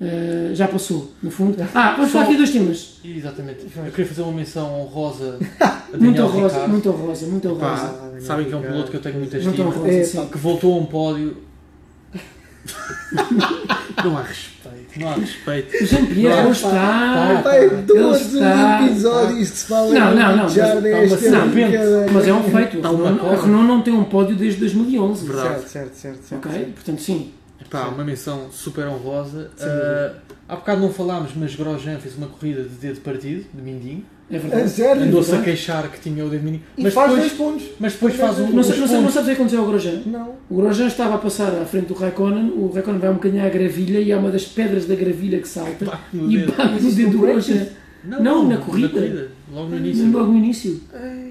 Speaker 3: eh, já passou, no fundo. Ah, vamos falar aqui de dois temas.
Speaker 2: Exatamente. Eu queria fazer uma menção honrosa a
Speaker 3: Muito
Speaker 2: Daniel
Speaker 3: honrosa,
Speaker 2: Ricciardo.
Speaker 3: muito honrosa, muito honrosa.
Speaker 2: Pá, sabem que é um piloto que eu tenho muita
Speaker 3: Muito
Speaker 2: estima.
Speaker 3: honrosa,
Speaker 1: É,
Speaker 3: sim.
Speaker 1: pá,
Speaker 2: que voltou a um pódio Não há respeito, não há respeito.
Speaker 3: O Jean-Pierre não está.
Speaker 1: Pá, é duas
Speaker 3: Ele está-
Speaker 1: episódios que se fala
Speaker 3: Não,
Speaker 1: de
Speaker 3: não, não, mas-
Speaker 1: Jardim,
Speaker 2: mas-
Speaker 1: este é
Speaker 2: não,
Speaker 1: um
Speaker 2: depende.
Speaker 1: bocadinho.
Speaker 3: Mas é um feito.
Speaker 2: Está
Speaker 3: A
Speaker 2: uma
Speaker 3: Renault, a
Speaker 2: cova.
Speaker 3: Renault não tem um pódio desde 2011.
Speaker 2: Verdade.
Speaker 1: Certo, certo, certo. certo,
Speaker 3: Ok?
Speaker 1: certo.
Speaker 3: Portanto, sim.
Speaker 2: Epá, uma menção super honrosa. Ah, há bocado não falámos, mas Grosjean fez uma corrida de dedo partido, de mindinho.
Speaker 3: É
Speaker 1: A
Speaker 3: verdade.
Speaker 1: sério?
Speaker 2: Andou-se a queixar que tinha o dedo mindinho.
Speaker 1: E
Speaker 2: Mas
Speaker 1: faz
Speaker 2: depois,
Speaker 1: dois pontos.
Speaker 2: mas depois faz um.
Speaker 3: Não, sei, não, sei,
Speaker 2: uns
Speaker 3: não
Speaker 2: pontos.
Speaker 3: sabes o que aconteceu ao Grosjean?
Speaker 1: Não.
Speaker 3: O Grosjean estava a passar à frente do Raikkonen, o Raikkonen vai um bocadinho à gravilha e há uma das pedras da gravilha que salta
Speaker 2: Bate no
Speaker 3: e
Speaker 2: dedo.
Speaker 3: bate no
Speaker 1: Isso um
Speaker 3: dedo
Speaker 1: no
Speaker 3: do
Speaker 1: braking?
Speaker 3: Grosjean. Não, na corrida.
Speaker 2: Logo no início.
Speaker 3: Logo no início.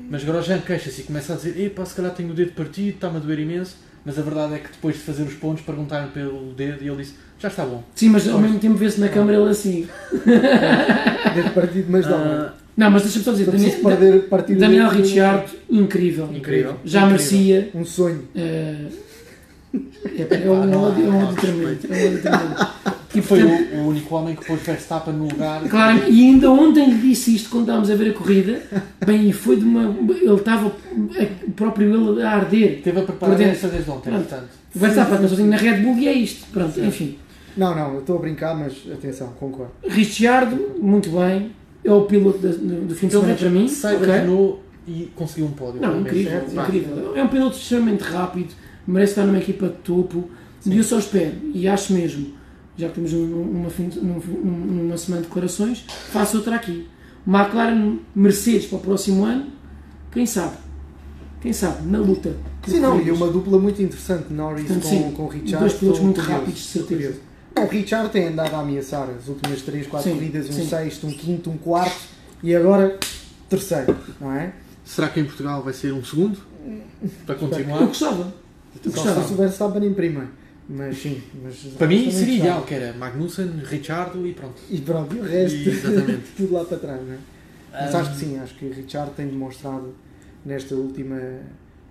Speaker 2: Mas Grosjean queixa-se e começa a dizer: Epá, se calhar tenho o dedo partido, está-me a doer imenso. Mas a verdade é que depois de fazer os pontos, perguntaram pelo dedo e ele disse: Já está bom.
Speaker 3: Sim, mas ao mesmo tempo vê-se na câmara ele assim.
Speaker 1: Deve partido, mas não.
Speaker 2: Ah,
Speaker 3: Não, mas deixa-me só dizer,
Speaker 1: Não preciso
Speaker 3: Daniel,
Speaker 1: perder partido.
Speaker 3: Daniel
Speaker 1: dele.
Speaker 3: Ricciardo, incrível.
Speaker 2: incrível.
Speaker 3: Já merecia.
Speaker 1: Um sonho.
Speaker 3: eh, é, é um
Speaker 2: não há-
Speaker 3: ódio é
Speaker 2: não
Speaker 3: um
Speaker 2: há
Speaker 3: ódio tremendo. É um ódio tremendo.
Speaker 2: E foi o, o único homem que pôs Verstappen no lugar.
Speaker 3: Claro, e ainda ontem lhe disse isto quando estávamos a ver a corrida. Bem, e foi de uma. Ele estava a- próprio ele a arder.
Speaker 2: Teve a preparar
Speaker 3: Por dentro.
Speaker 2: esta desde ontem,
Speaker 3: Pronto.
Speaker 2: portanto.
Speaker 3: O Verstappen não sozinho na Red Bull e é isto. Pronto, enfim.
Speaker 1: Não, não, eu estou a brincar, mas atenção, concordo.
Speaker 3: Ricciardo, muito bem. É o piloto da- do, do fim de
Speaker 2: Pelo
Speaker 3: semana
Speaker 2: menos
Speaker 3: para mim.
Speaker 2: sai da
Speaker 3: ok?
Speaker 2: Renault e conseguiu um pódio.
Speaker 3: Não,
Speaker 2: pelo menos.
Speaker 3: incrível,
Speaker 2: Pá,
Speaker 3: incrível. É um piloto extremamente rápido, merece estar numa equipa de topo. E eu só espero, e acho mesmo, já que temos um- uma, fim de- num- num- numa semana de declarações, faça outra aqui. McLaren Mercedes para o próximo ano, quem sabe? Quem sabe? Na luta. por
Speaker 1: Sim, não, e
Speaker 3: corridas.
Speaker 1: uma dupla muito interessante, Norris
Speaker 3: Portanto,
Speaker 1: com,
Speaker 3: sim,
Speaker 1: com o Richard.
Speaker 3: dois pilotos
Speaker 1: Estou
Speaker 3: muito
Speaker 1: curioso,
Speaker 3: rápidos, de
Speaker 1: estou
Speaker 3: certeza.
Speaker 1: curioso. Não, o Richard tem andado a ameaçar as últimas 3, 4
Speaker 3: Sim,
Speaker 1: corridas, um
Speaker 3: sim.
Speaker 1: sexto, um quinto, um quarto e agora terceiro, não é?
Speaker 2: Será que em Portugal vai ser um segundo? Para
Speaker 3: Eu
Speaker 2: continuar?
Speaker 3: gostava. Eu
Speaker 1: Só se
Speaker 3: gostava.
Speaker 1: o Verstappen em prima. Mas sim, mas.
Speaker 2: Para mim seria
Speaker 1: gostava.
Speaker 2: ideal, que era Magnussen, Richardo e pronto.
Speaker 1: E pronto, e o resto,
Speaker 2: Exatamente.
Speaker 1: tudo lá para trás, não é? Mas
Speaker 2: Ah,
Speaker 1: acho que sim, acho que o Richard tem demonstrado nesta última,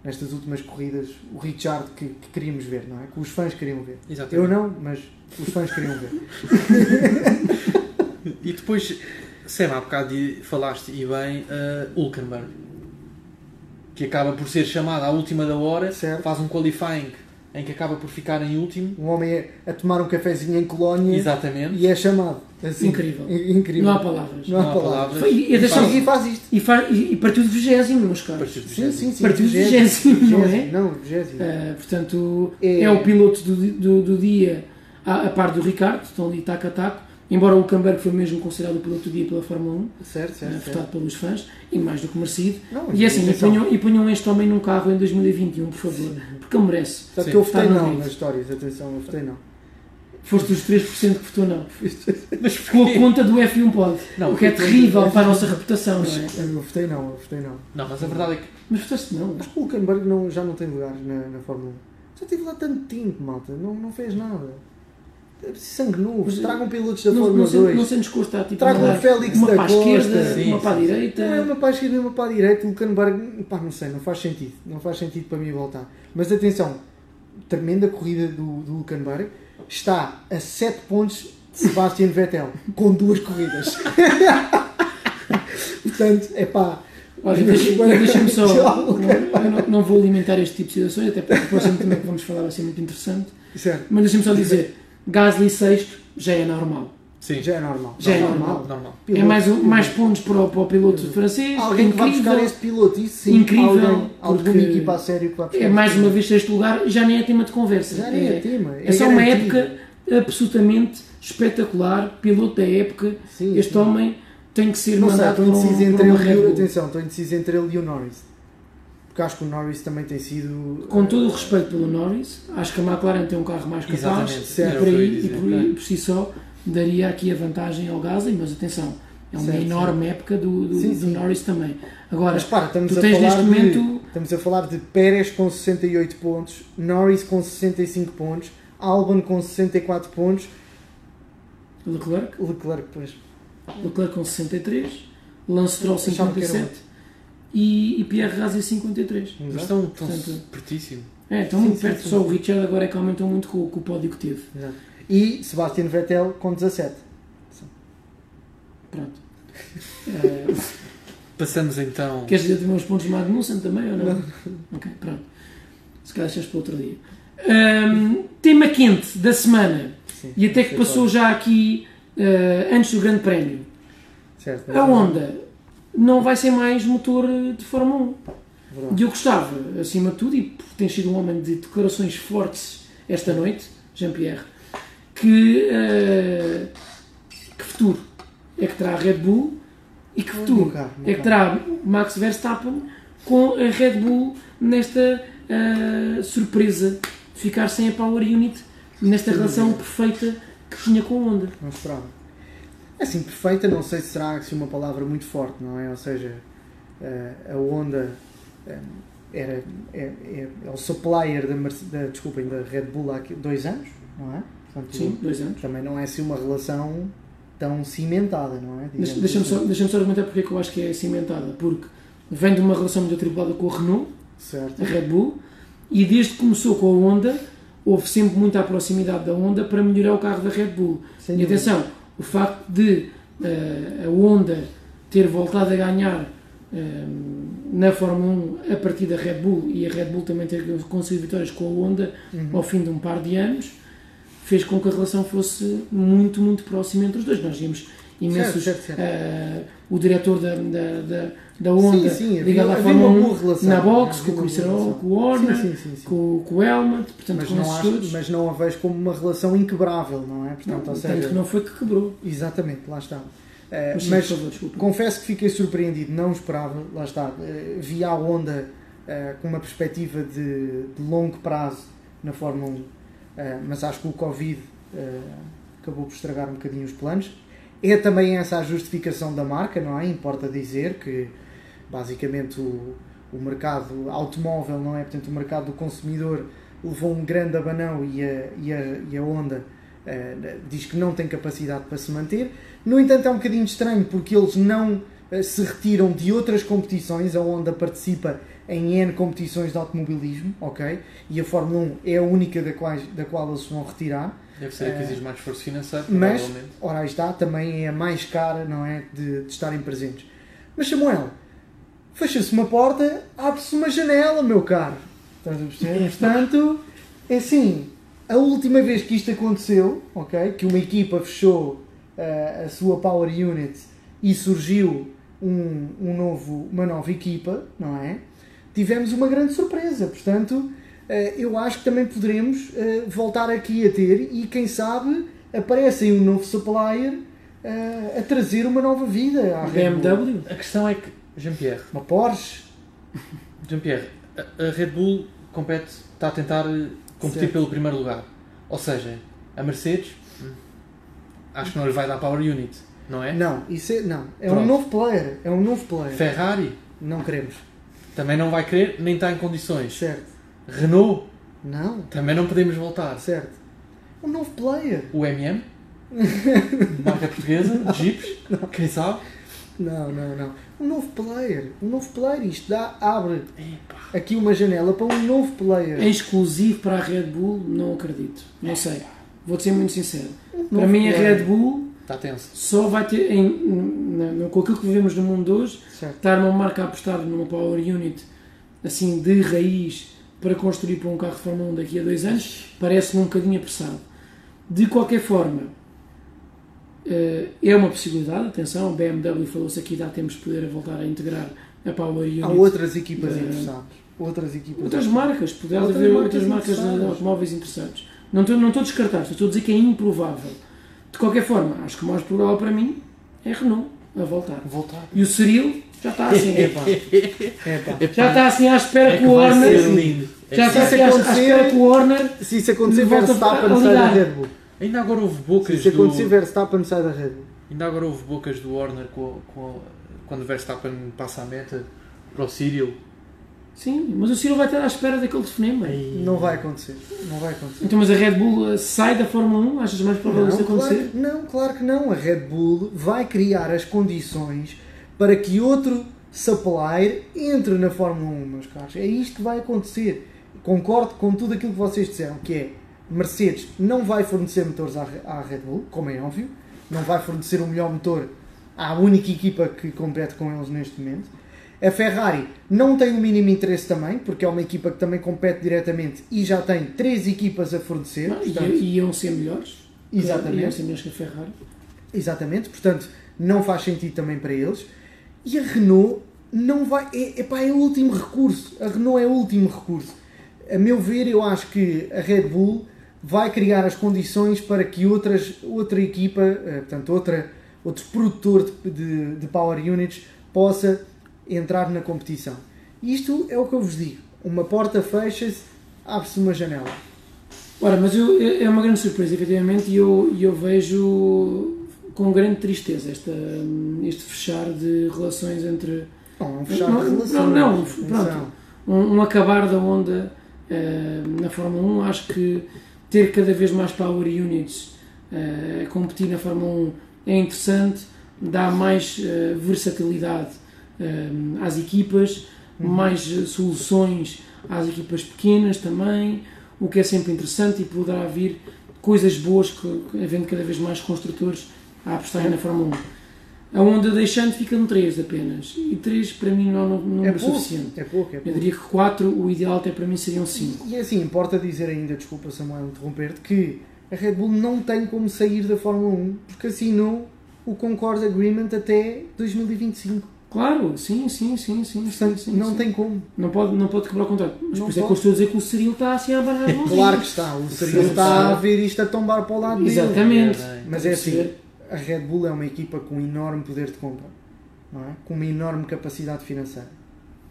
Speaker 1: nestas últimas corridas o Richard que, que queríamos ver, não é? Que os fãs queriam ver.
Speaker 2: Exatamente.
Speaker 1: Eu não, mas os fãs queriam ver.
Speaker 2: E depois, Sam, há bocado di- falaste e bem, uh, Hulkenberg, que acaba por ser chamado à última da hora,
Speaker 1: Certo.
Speaker 2: faz um qualifying em que acaba por ficar em último.
Speaker 1: Um homem é a tomar um cafezinho em Colónia
Speaker 2: Exatamente.
Speaker 1: e é chamado. Assim,
Speaker 3: Incrível.
Speaker 1: in- incrível.
Speaker 3: Não há palavras.
Speaker 1: Não há palavras.
Speaker 3: Foi- e,
Speaker 2: E
Speaker 3: deixa-
Speaker 2: faz- um
Speaker 1: E faz isto.
Speaker 3: e fa- e- e partiu de vigésimo, meus caros.
Speaker 2: Partiu de
Speaker 1: Sim, sim, sim.
Speaker 3: Partiu do
Speaker 1: vigésimo,
Speaker 3: vigésimo, não é?
Speaker 1: vigésimo, Não, vigésimo.
Speaker 3: Uh, portanto,
Speaker 1: É.
Speaker 3: é... o piloto do, di- do, do dia a, a par do Ricardo, estão ali taco a taco. Embora o Camberg foi mesmo considerado o piloto do dia pela Fórmula 1,
Speaker 1: Certo,
Speaker 3: eh,
Speaker 1: É certo,
Speaker 3: votado
Speaker 1: certo.
Speaker 3: pelos fãs, e mais do que merecido.
Speaker 1: Não,
Speaker 3: e assim, e
Speaker 1: atenção.
Speaker 3: ponham, e ponham este homem num carro em 2021, por favor, porque ele merece.
Speaker 1: Só que
Speaker 2: Sim.
Speaker 1: eu votei
Speaker 3: Está no
Speaker 1: não
Speaker 3: meio.
Speaker 1: nas histórias, atenção, eu votei não.
Speaker 3: Foste dos 3% que votou não.
Speaker 2: Mas
Speaker 3: Com a
Speaker 2: porquê?
Speaker 3: conta do F1 Pod,
Speaker 2: Não,
Speaker 3: o que é
Speaker 1: porque-
Speaker 3: terrível para a nossa reputação, não é?
Speaker 1: Eu votei não, eu votei não.
Speaker 2: Não, mas a verdade é que
Speaker 3: Mas votaste não.
Speaker 1: Mas o Hulkenberg não, já não tem lugares na, na Fórmula 1. Já teve lá tanto tempo, malta. Não, não fez nada. É preciso Sangue novo.
Speaker 3: Mas-
Speaker 1: Tragam pilotos da
Speaker 3: Não,
Speaker 1: Fórmula
Speaker 3: não,
Speaker 1: 2.
Speaker 3: sei, não sei nos custa tipo,
Speaker 1: Traga o
Speaker 3: mandar
Speaker 1: Félix
Speaker 3: uma
Speaker 1: da
Speaker 3: para a esquerda,
Speaker 1: Costa.
Speaker 2: Sim,
Speaker 3: uma para a
Speaker 2: sim, sim.
Speaker 3: direita.
Speaker 1: Não é uma para a esquerda e uma para a direita. O Hulkenberg, pá, não sei, não faz sentido. Não faz sentido para mim voltar. Mas atenção, tremenda corrida do, do Hulkenberg. Está a 7 pontos de Sebastian Vettel, com duas corridas. Portanto, é pá.
Speaker 3: Olha, deixa- deixa-me só. eu não, não vou alimentar este tipo de situações, até porque o próximo tema que vamos falar vai ser muito interessante.
Speaker 1: Certo,
Speaker 3: Mas deixa-me só dizer: Gasly sexto já é normal.
Speaker 2: sim,
Speaker 1: já é normal.
Speaker 3: Já é
Speaker 2: normal.
Speaker 3: é mais, um, mais pontos para o, para o piloto francês.
Speaker 1: Alguém que vai
Speaker 3: incrível.
Speaker 1: buscar esse piloto, isso sim.
Speaker 3: Incrível,
Speaker 1: Alguém, alguma
Speaker 3: porque
Speaker 1: equipa a sério que vai buscar.
Speaker 3: É mais uma vez sexto lugar, já nem é tema de conversa.
Speaker 1: Já nem é tema, é
Speaker 3: É, só uma
Speaker 1: garantido.
Speaker 3: época absolutamente espetacular, piloto da época.
Speaker 1: Sim,
Speaker 3: este
Speaker 1: sim.
Speaker 3: homem tem que ser
Speaker 1: Não sei,
Speaker 3: mandado
Speaker 1: estou
Speaker 3: por um,
Speaker 1: indeciso
Speaker 3: por
Speaker 1: entre
Speaker 3: uma
Speaker 1: ele
Speaker 3: Red
Speaker 1: e o.
Speaker 3: Bull.
Speaker 1: Atenção, estou indeciso entre ele e o Norris. Porque acho que o Norris também tem sido.
Speaker 3: Com todo o respeito pelo Norris, acho que a McLaren tem um carro mais capaz
Speaker 2: Exatamente,
Speaker 1: certo.
Speaker 3: e por
Speaker 2: Era o que eu ia
Speaker 3: aí, e
Speaker 2: dizer,
Speaker 3: por, aí,
Speaker 2: ok.
Speaker 3: por si só daria aqui a vantagem ao Gasly, mas atenção, é uma
Speaker 1: Certo,
Speaker 3: enorme época do, do-
Speaker 1: Sim,
Speaker 3: do
Speaker 1: sim.
Speaker 3: Norris também. Agora,
Speaker 1: Mas para, estamos
Speaker 3: tu
Speaker 1: a
Speaker 3: tens
Speaker 1: falar
Speaker 3: neste
Speaker 1: de,
Speaker 3: momento
Speaker 1: Estamos a falar de Pérez com 68 pontos, Norris com 65 pontos, Albon com 64 pontos,
Speaker 3: Leclerc,
Speaker 1: Leclerc, pois.
Speaker 3: Leclerc com 63, Lance Stroll
Speaker 1: Achava que era
Speaker 3: 57 e, e Pierre Gasly 53.
Speaker 2: Mas estão tão
Speaker 3: Portanto-
Speaker 2: pertíssimo.
Speaker 3: É, estão
Speaker 1: Sim,
Speaker 3: muito
Speaker 1: sim,
Speaker 3: perto,
Speaker 1: sim.
Speaker 3: só o Richard agora é que aumentou muito com, com o pódio que teve.
Speaker 1: Exato. E Sebastian Vettel com 17.
Speaker 3: Pronto. Eh,
Speaker 2: Passamos então.
Speaker 3: Queres dizer dos meus pontos de Magnussen também ou não? Ok, pronto. Se calhar deixas para outro dia. Ahm, tema quente da semana
Speaker 1: Sim,
Speaker 3: e até que
Speaker 1: sei é.
Speaker 3: passou já aqui eh, antes do Grande Prémio.
Speaker 1: qual. Certo,
Speaker 3: A Honda não vai ser mais motor de Fórmula 1.
Speaker 1: Verdade.
Speaker 3: E eu gostava, acima de tudo, e por ter sido um homem de declarações fortes esta noite, Jean-Pierre, que, eh, que futuro é que terá a Red Bull e que futuro
Speaker 1: carro, um
Speaker 3: é que
Speaker 1: carro.
Speaker 3: terá Max Verstappen com a Red Bull nesta eh, surpresa de ficar sem a Power Unit nesta relação perfeita que tinha com a Honda.
Speaker 1: Não esperava. Assim, perfeita, não sei se será assim, uma palavra muito forte, não é? Ou seja, eh, a Honda eh, era, é, é, é o supplier da, Merce- da, desculpem, da Red Bull há aqui dois anos, não é? Portanto,
Speaker 3: Sim, dois anos.
Speaker 1: Também não é assim uma relação tão cimentada, não é?
Speaker 3: Deixa-
Speaker 1: Digamos
Speaker 3: Deixa-me
Speaker 1: assim.
Speaker 3: só, deixa só argumentar porque é que eu acho que é cimentada. Porque vem de uma relação muito atribulada com a Renault,
Speaker 1: Certo.
Speaker 3: a Red Bull, e desde que começou com a Honda, houve sempre muita proximidade da Honda para melhorar o carro da Red Bull.
Speaker 1: Sem
Speaker 3: e
Speaker 1: dúvida.
Speaker 3: atenção, o facto de eh, a Honda ter voltado a ganhar eh, na Fórmula 1 a partir da Red Bull e a Red Bull também ter conseguido vitórias com a Honda
Speaker 1: Uhum.
Speaker 3: ao fim de um par de anos, fez com que a relação fosse muito, muito próxima entre os dois. Nós vimos imensos.
Speaker 1: Certo, certo, certo.
Speaker 3: eh, o diretor da, da, da, da Honda
Speaker 1: Sim, sim, havia-
Speaker 3: ligado à
Speaker 1: havia
Speaker 3: Fórmula
Speaker 1: uma
Speaker 3: 1
Speaker 1: boa um relação,
Speaker 3: na box,
Speaker 1: havia
Speaker 3: com o
Speaker 1: uma
Speaker 3: Chris
Speaker 1: boa
Speaker 3: Roll,
Speaker 1: relação.
Speaker 3: com o Horner,
Speaker 1: Sim, sim, sim, sim.
Speaker 3: com, com o Helmut, portanto
Speaker 1: Mas
Speaker 3: com
Speaker 1: não,
Speaker 3: esses
Speaker 1: acho-
Speaker 3: todos.
Speaker 1: mas não a vejo como uma relação inquebrável, não é? Portanto, ou seja,
Speaker 3: Tanto que não foi que quebrou.
Speaker 1: Exatamente, lá está. Eh,
Speaker 3: Mas, sim,
Speaker 1: mas
Speaker 3: por favor, desculpa.
Speaker 1: confesso que fiquei surpreendido, não esperava, lá está. Eh, vi a Honda eh, com uma perspectiva de, de longo prazo na Fórmula 1, eh, mas acho que o Covid eh, acabou por estragar um bocadinho os planos. É também essa a justificação da marca, não é? Importa dizer que basicamente o, o mercado automóvel, não é? Portanto, o mercado do consumidor levou um grande abanão e a, e a, e a Honda eh, diz que não tem capacidade para se manter. No entanto, é um bocadinho estranho porque eles não eh, se retiram de outras competições. A Honda participa em N competições de automobilismo, ok? E a Fórmula 1 é a única da, quais, da qual eles se vão retirar.
Speaker 2: Deve ser a que exige mais esforço financeiro,
Speaker 1: Mas,
Speaker 2: provavelmente.
Speaker 1: ora aí está, também é a mais cara, não é? De, de estarem presentes. Mas Samuel, fecha-se uma porta, abre-se uma janela, meu caro. Estás a perceber? Portanto, é assim, a última vez que isto aconteceu, ok? Que uma equipa fechou ah, a sua Power Unit e surgiu um, um novo, uma nova equipa, não é? Tivemos uma grande surpresa, portanto, ah, eu acho que também poderemos ah, voltar aqui a ter e quem sabe aparece aí um novo supplier ah, a trazer uma nova vida à
Speaker 3: A
Speaker 1: Red Bull.
Speaker 3: BMW,
Speaker 2: A questão é que, Jean-Pierre,
Speaker 1: Uma Porsche,
Speaker 2: Jean-Pierre, a- a Red Bull compete, está a tentar eh, competir
Speaker 1: Certo.
Speaker 2: pelo primeiro lugar. Ou seja, a Mercedes hum, acho que não lhe vai dar Power Unit, não é?
Speaker 1: Não, isso é, não. é um
Speaker 2: Pronto.
Speaker 1: novo player. É um novo player.
Speaker 2: Ferrari
Speaker 1: Não queremos.
Speaker 2: também não vai querer, nem está em condições.
Speaker 1: Certo.
Speaker 2: Renault
Speaker 1: Não,
Speaker 2: também não podemos voltar.
Speaker 1: Tá certo. Um novo player.
Speaker 2: O MM, marca portuguesa, Jeeps, quem sabe?
Speaker 1: Não, não, não. Um novo player. Um novo player. Isto dá, abre
Speaker 2: Epá,
Speaker 1: aqui uma janela para um novo
Speaker 3: é
Speaker 1: player.
Speaker 3: exclusivo para a Red Bull, não acredito. Não sei. Vou-te ser muito sincero.
Speaker 1: Não
Speaker 3: Para mim, a
Speaker 1: foi.
Speaker 3: Red Bull
Speaker 2: está tenso.
Speaker 3: só vai ter, em, n- n- com aquilo que vivemos no mundo de hoje,
Speaker 1: Certo.
Speaker 3: estar uma marca a apostar numa Power Unit assim de raiz para construir para um carro de Fórmula 1 daqui a dois anos parece-me um bocadinho apressado. De qualquer forma, eh, é uma possibilidade, atenção, a BMW falou-se aqui dá temos de poder a voltar a integrar a Power Unit.
Speaker 1: Há um outras equipas
Speaker 3: Eh,
Speaker 1: interessadas. Outras equipas.
Speaker 3: Outras
Speaker 1: interessadas.
Speaker 3: marcas, poder
Speaker 1: Outras
Speaker 3: haver
Speaker 1: marcas
Speaker 3: outras marcas de
Speaker 1: interessadas.
Speaker 3: automóveis interessantes. Não estou, não estou a descartar, estou a dizer que é improvável. De qualquer forma, acho que o mais provável para mim é Renault a voltar.
Speaker 2: Voltar.
Speaker 3: E o Cyril já está assim.
Speaker 1: É, pá.
Speaker 3: Já está assim à espera
Speaker 2: É
Speaker 3: que
Speaker 2: que
Speaker 3: o
Speaker 2: vai
Speaker 3: Horner.
Speaker 2: ser lindo. É
Speaker 3: já
Speaker 2: que
Speaker 3: está
Speaker 1: se
Speaker 3: assim à, à
Speaker 1: acontecer-
Speaker 3: espera que o Horner.
Speaker 1: Se isso acontecer,
Speaker 3: Volta a-
Speaker 1: Verstappen
Speaker 3: a
Speaker 1: sai da
Speaker 3: ligar.
Speaker 1: Red Bull.
Speaker 2: Ainda agora houve
Speaker 1: Se
Speaker 2: bocas
Speaker 1: isso acontecer,
Speaker 2: do...
Speaker 1: Verstappen sai da Red Bull.
Speaker 2: Ainda agora houve bocas do Warner com, com, quando o Verstappen passa a meta para o Cyril.
Speaker 3: Sim, mas o Cyril vai estar à espera daquele telefonema.
Speaker 1: Não vai acontecer. Não vai acontecer.
Speaker 3: Então, mas a Red Bull eh, sai da Fórmula 1? Achas mais provável isso
Speaker 1: Não, claro,
Speaker 3: acontecer?
Speaker 1: que- não, claro que não. A Red Bull vai criar as condições para que outro supplier entre na Fórmula 1, meus caros. É isto que vai acontecer. Concordo com tudo aquilo que vocês disseram, que é Mercedes não vai fornecer motores à, Re- à Red Bull, como é óbvio, um não vai fornecer o melhor motor à única equipa que compete com eles neste momento. A A Ferrari não tem o mínimo interesse também, porque é uma equipa que também compete diretamente e já tem três equipas a fornecer.
Speaker 3: Não,
Speaker 1: portanto-
Speaker 3: e, é e iam ser melhores.
Speaker 1: Exatamente.
Speaker 3: Iam ser melhores que a Ferrari.
Speaker 1: Exatamente, portanto, não faz sentido também para eles. E a Renault não vai. É, epá, é o último recurso. A Renault é o último recurso. A meu ver, eu acho que a Red Bull vai criar as condições para que outras, outra equipa, eh, portanto, outra, outro produtor de, de, de Power Units possa entrar na competição. Isto é o que eu vos digo. Uma porta fecha-se, abre-se uma janela.
Speaker 3: Ora, mas eu, é é uma grande surpresa, efetivamente, e eu, e eu vejo com grande tristeza esta, hum, este fechar de relações entre.
Speaker 1: Não, é um fechar
Speaker 3: Não,
Speaker 1: de
Speaker 3: não,
Speaker 1: relação.
Speaker 3: não,
Speaker 1: Atenção.
Speaker 3: pronto. Um, um acabar da onda eh, na Fórmula 1. Acho que ter cada vez mais Power Units eh, a competir na Fórmula 1 é interessante, dá mais eh, versatilidade eh, às equipas,
Speaker 1: Uhum.
Speaker 3: mais eh, soluções às equipas pequenas também, o que é sempre interessante e poderá vir coisas boas, que, que- havendo cada vez mais construtores a apostarem na Fórmula 1. A onda deixando fica no 3 apenas. E 3 para mim não é um número
Speaker 1: É pouco,
Speaker 3: suficiente.
Speaker 1: é pouco, é pouco.
Speaker 3: Eu diria que 4, o ideal até para mim seriam 5.
Speaker 1: E assim, importa dizer ainda, desculpa Samuel interromper-te, que a Red Bull não tem como sair da Fórmula 1 porque assinou o Concord Agreement até 2025.
Speaker 3: Claro, sim, sim, sim, sim.
Speaker 1: Portanto,
Speaker 3: sim, sim,
Speaker 1: não
Speaker 3: sim.
Speaker 1: tem como.
Speaker 3: Não pode, não pode quebrar o contrato. Mas
Speaker 1: Não
Speaker 3: por isso é que eu
Speaker 1: pode.
Speaker 3: estou a dizer que o Cirilo está assim a abanar as mãos.
Speaker 1: Claro que está, o
Speaker 3: Sim,
Speaker 1: Sergio está
Speaker 3: sim.
Speaker 1: a ver isto a tombar para o lado dele.
Speaker 3: Exatamente.
Speaker 1: Mas é assim, a Red Bull é uma equipa com enorme poder de compra, não é? com uma enorme capacidade financeira.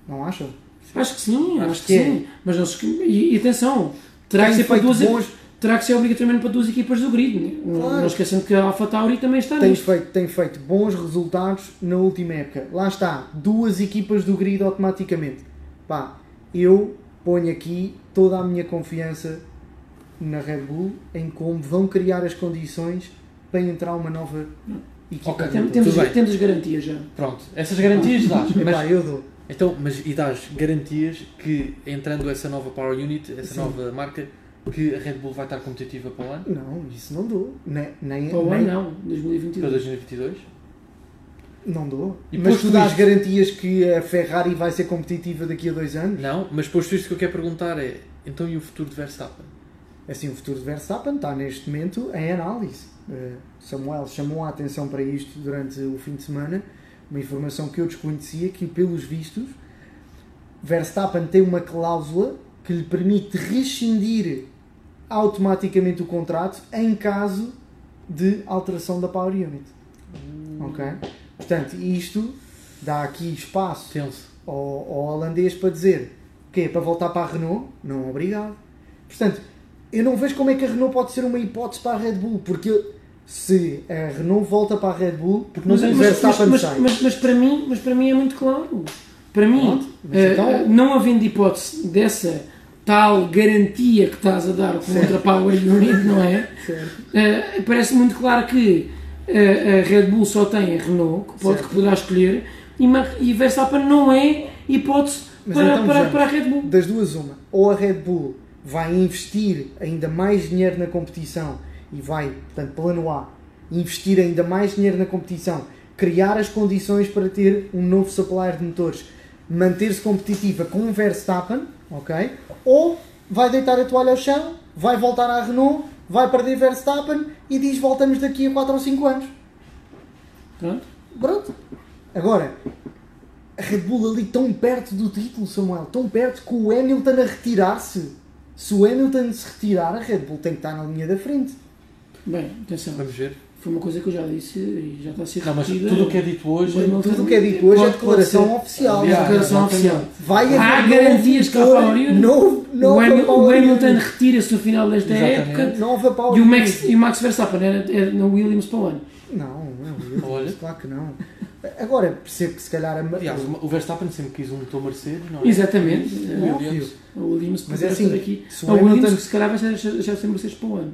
Speaker 1: Não acham?
Speaker 3: Acho que sim, acho, que,
Speaker 1: que é.
Speaker 3: sim. Mas não se esque- e, e atenção, terá que,
Speaker 1: Tem
Speaker 3: ser para
Speaker 1: feito
Speaker 3: duas,
Speaker 1: bons-
Speaker 3: terá que ser obrigatoriamente para duas equipas do grid. né? Não-
Speaker 1: Claro.
Speaker 3: Não esquecendo que a Alfa Tauri também está
Speaker 1: Tem
Speaker 3: nisto.
Speaker 1: feito, tem feito bons resultados na última época. Lá está, duas equipas do grid automaticamente. Pá, eu ponho aqui toda a minha confiança na Red Bull em como vão criar as condições para entrar uma nova equipa.
Speaker 2: Ok,
Speaker 1: dentro.
Speaker 3: Tem- Temos,
Speaker 2: Tudo bem.
Speaker 3: temos as garantias já.
Speaker 2: Pronto, essas garantias dás.
Speaker 1: Epá,
Speaker 2: Mas,
Speaker 1: eu dou.
Speaker 2: então, mas e dás garantias que entrando essa nova Power Unit, essa nova marca, que a Red Bull vai estar competitiva para o ano?
Speaker 1: Não, isso não dou. Nem, nem,
Speaker 3: Para o ano
Speaker 1: nem-
Speaker 3: não, é?
Speaker 2: Para
Speaker 3: 2022.
Speaker 2: 2022?
Speaker 1: Não dou.
Speaker 2: E
Speaker 1: Mas
Speaker 2: posto
Speaker 1: tu dás
Speaker 2: isto-
Speaker 1: garantias que a Ferrari vai ser competitiva daqui a dois anos?
Speaker 2: Não, mas posto isto que eu quero perguntar é, então e o futuro de Verstappen?
Speaker 1: Assim, o futuro de Verstappen está neste momento em análise. Eh, Samuel chamou a atenção para isto durante o fim de semana, uma informação que eu desconhecia, que pelos vistos, Verstappen tem uma cláusula que lhe permite rescindir automaticamente o contrato em caso de alteração da Power Unit. Ok? Portanto, isto dá aqui espaço
Speaker 2: Tenso.
Speaker 1: ao, ao holandês para dizer o quê? Para voltar para a Renault? Não, obrigado. Portanto, eu não vejo como é que a Renault pode ser uma hipótese para a Red Bull, porque se a Renault volta para a Red Bull, porque não
Speaker 3: Mas,
Speaker 1: tem
Speaker 3: mas,
Speaker 1: Verstappen
Speaker 3: mas-
Speaker 1: sai.
Speaker 3: mas- mas para mim, mas para mim é muito claro. Para mim,
Speaker 1: Pronto, mas
Speaker 3: eh,
Speaker 1: então-
Speaker 3: eh, não havendo hipótese dessa tal garantia que estás a dar contra a Power Unit, não é?
Speaker 1: Certo.
Speaker 3: Eh, parece muito claro que eh, a Red Bull só tem a Renault, que, pode, que poderá escolher, e, Mar- e Verstappen não é hipótese
Speaker 1: Mas
Speaker 3: para,
Speaker 1: então
Speaker 3: para,
Speaker 1: vejamos.
Speaker 3: para a Red Bull.
Speaker 1: Das duas, uma. Ou a Red Bull vai investir ainda mais dinheiro na competição e vai, portanto, plano A, investir ainda mais dinheiro na competição, criar as condições para ter um novo supplier de motores, manter-se competitiva com o Verstappen, ok? Ou vai deitar a toalha ao chão, vai voltar à Renault, vai perder Verstappen e diz voltamos daqui a 4 ou 5 anos.
Speaker 3: Pronto.
Speaker 1: Pronto. Agora, a Red Bull ali tão perto do título, Samuel, tão perto que o Hamilton a retirar-se. Se o Hamilton se retirar, a Red Bull tem que estar na linha da frente.
Speaker 3: Bem, atenção,
Speaker 2: Vamos ver.
Speaker 3: foi uma coisa que eu já disse e já está a ser
Speaker 2: Não, mas
Speaker 3: repetida.
Speaker 2: tudo o que é dito hoje...
Speaker 3: Mas não-
Speaker 1: Tudo o que é dito hoje é
Speaker 3: Pode- pode
Speaker 1: declaração
Speaker 3: ser.
Speaker 1: oficial.
Speaker 3: É
Speaker 2: Ah,
Speaker 3: declaração
Speaker 1: Não, não tem-
Speaker 3: oficial.
Speaker 1: Vai
Speaker 3: Há
Speaker 1: haver
Speaker 3: garantias que há
Speaker 1: novo
Speaker 3: para abrir?
Speaker 1: Novo,
Speaker 3: o,
Speaker 1: nova
Speaker 2: é
Speaker 3: Hamil- o
Speaker 1: Power
Speaker 3: Hamilton
Speaker 1: Unit.
Speaker 3: retira-se no final desta
Speaker 2: Exatamente.
Speaker 3: época
Speaker 1: Nova Power
Speaker 3: e o,
Speaker 1: Unit.
Speaker 3: Max, e o Max Verstappen era, era no Williams para o ano.
Speaker 1: Não, não, eu,
Speaker 2: Olha.
Speaker 1: claro que não. Agora, percebo que se calhar... A...
Speaker 2: Aliás, o Verstappen sempre quis um motor Mercedes, não é?
Speaker 3: Exatamente.
Speaker 1: Óbvio.
Speaker 3: O Williams
Speaker 1: Mas
Speaker 3: poderá
Speaker 1: é assim,
Speaker 3: estar aqui.
Speaker 1: se o
Speaker 3: O Williams
Speaker 1: Hamilton-
Speaker 3: que se calhar vai ser- já vai ser Mercedes para o ano.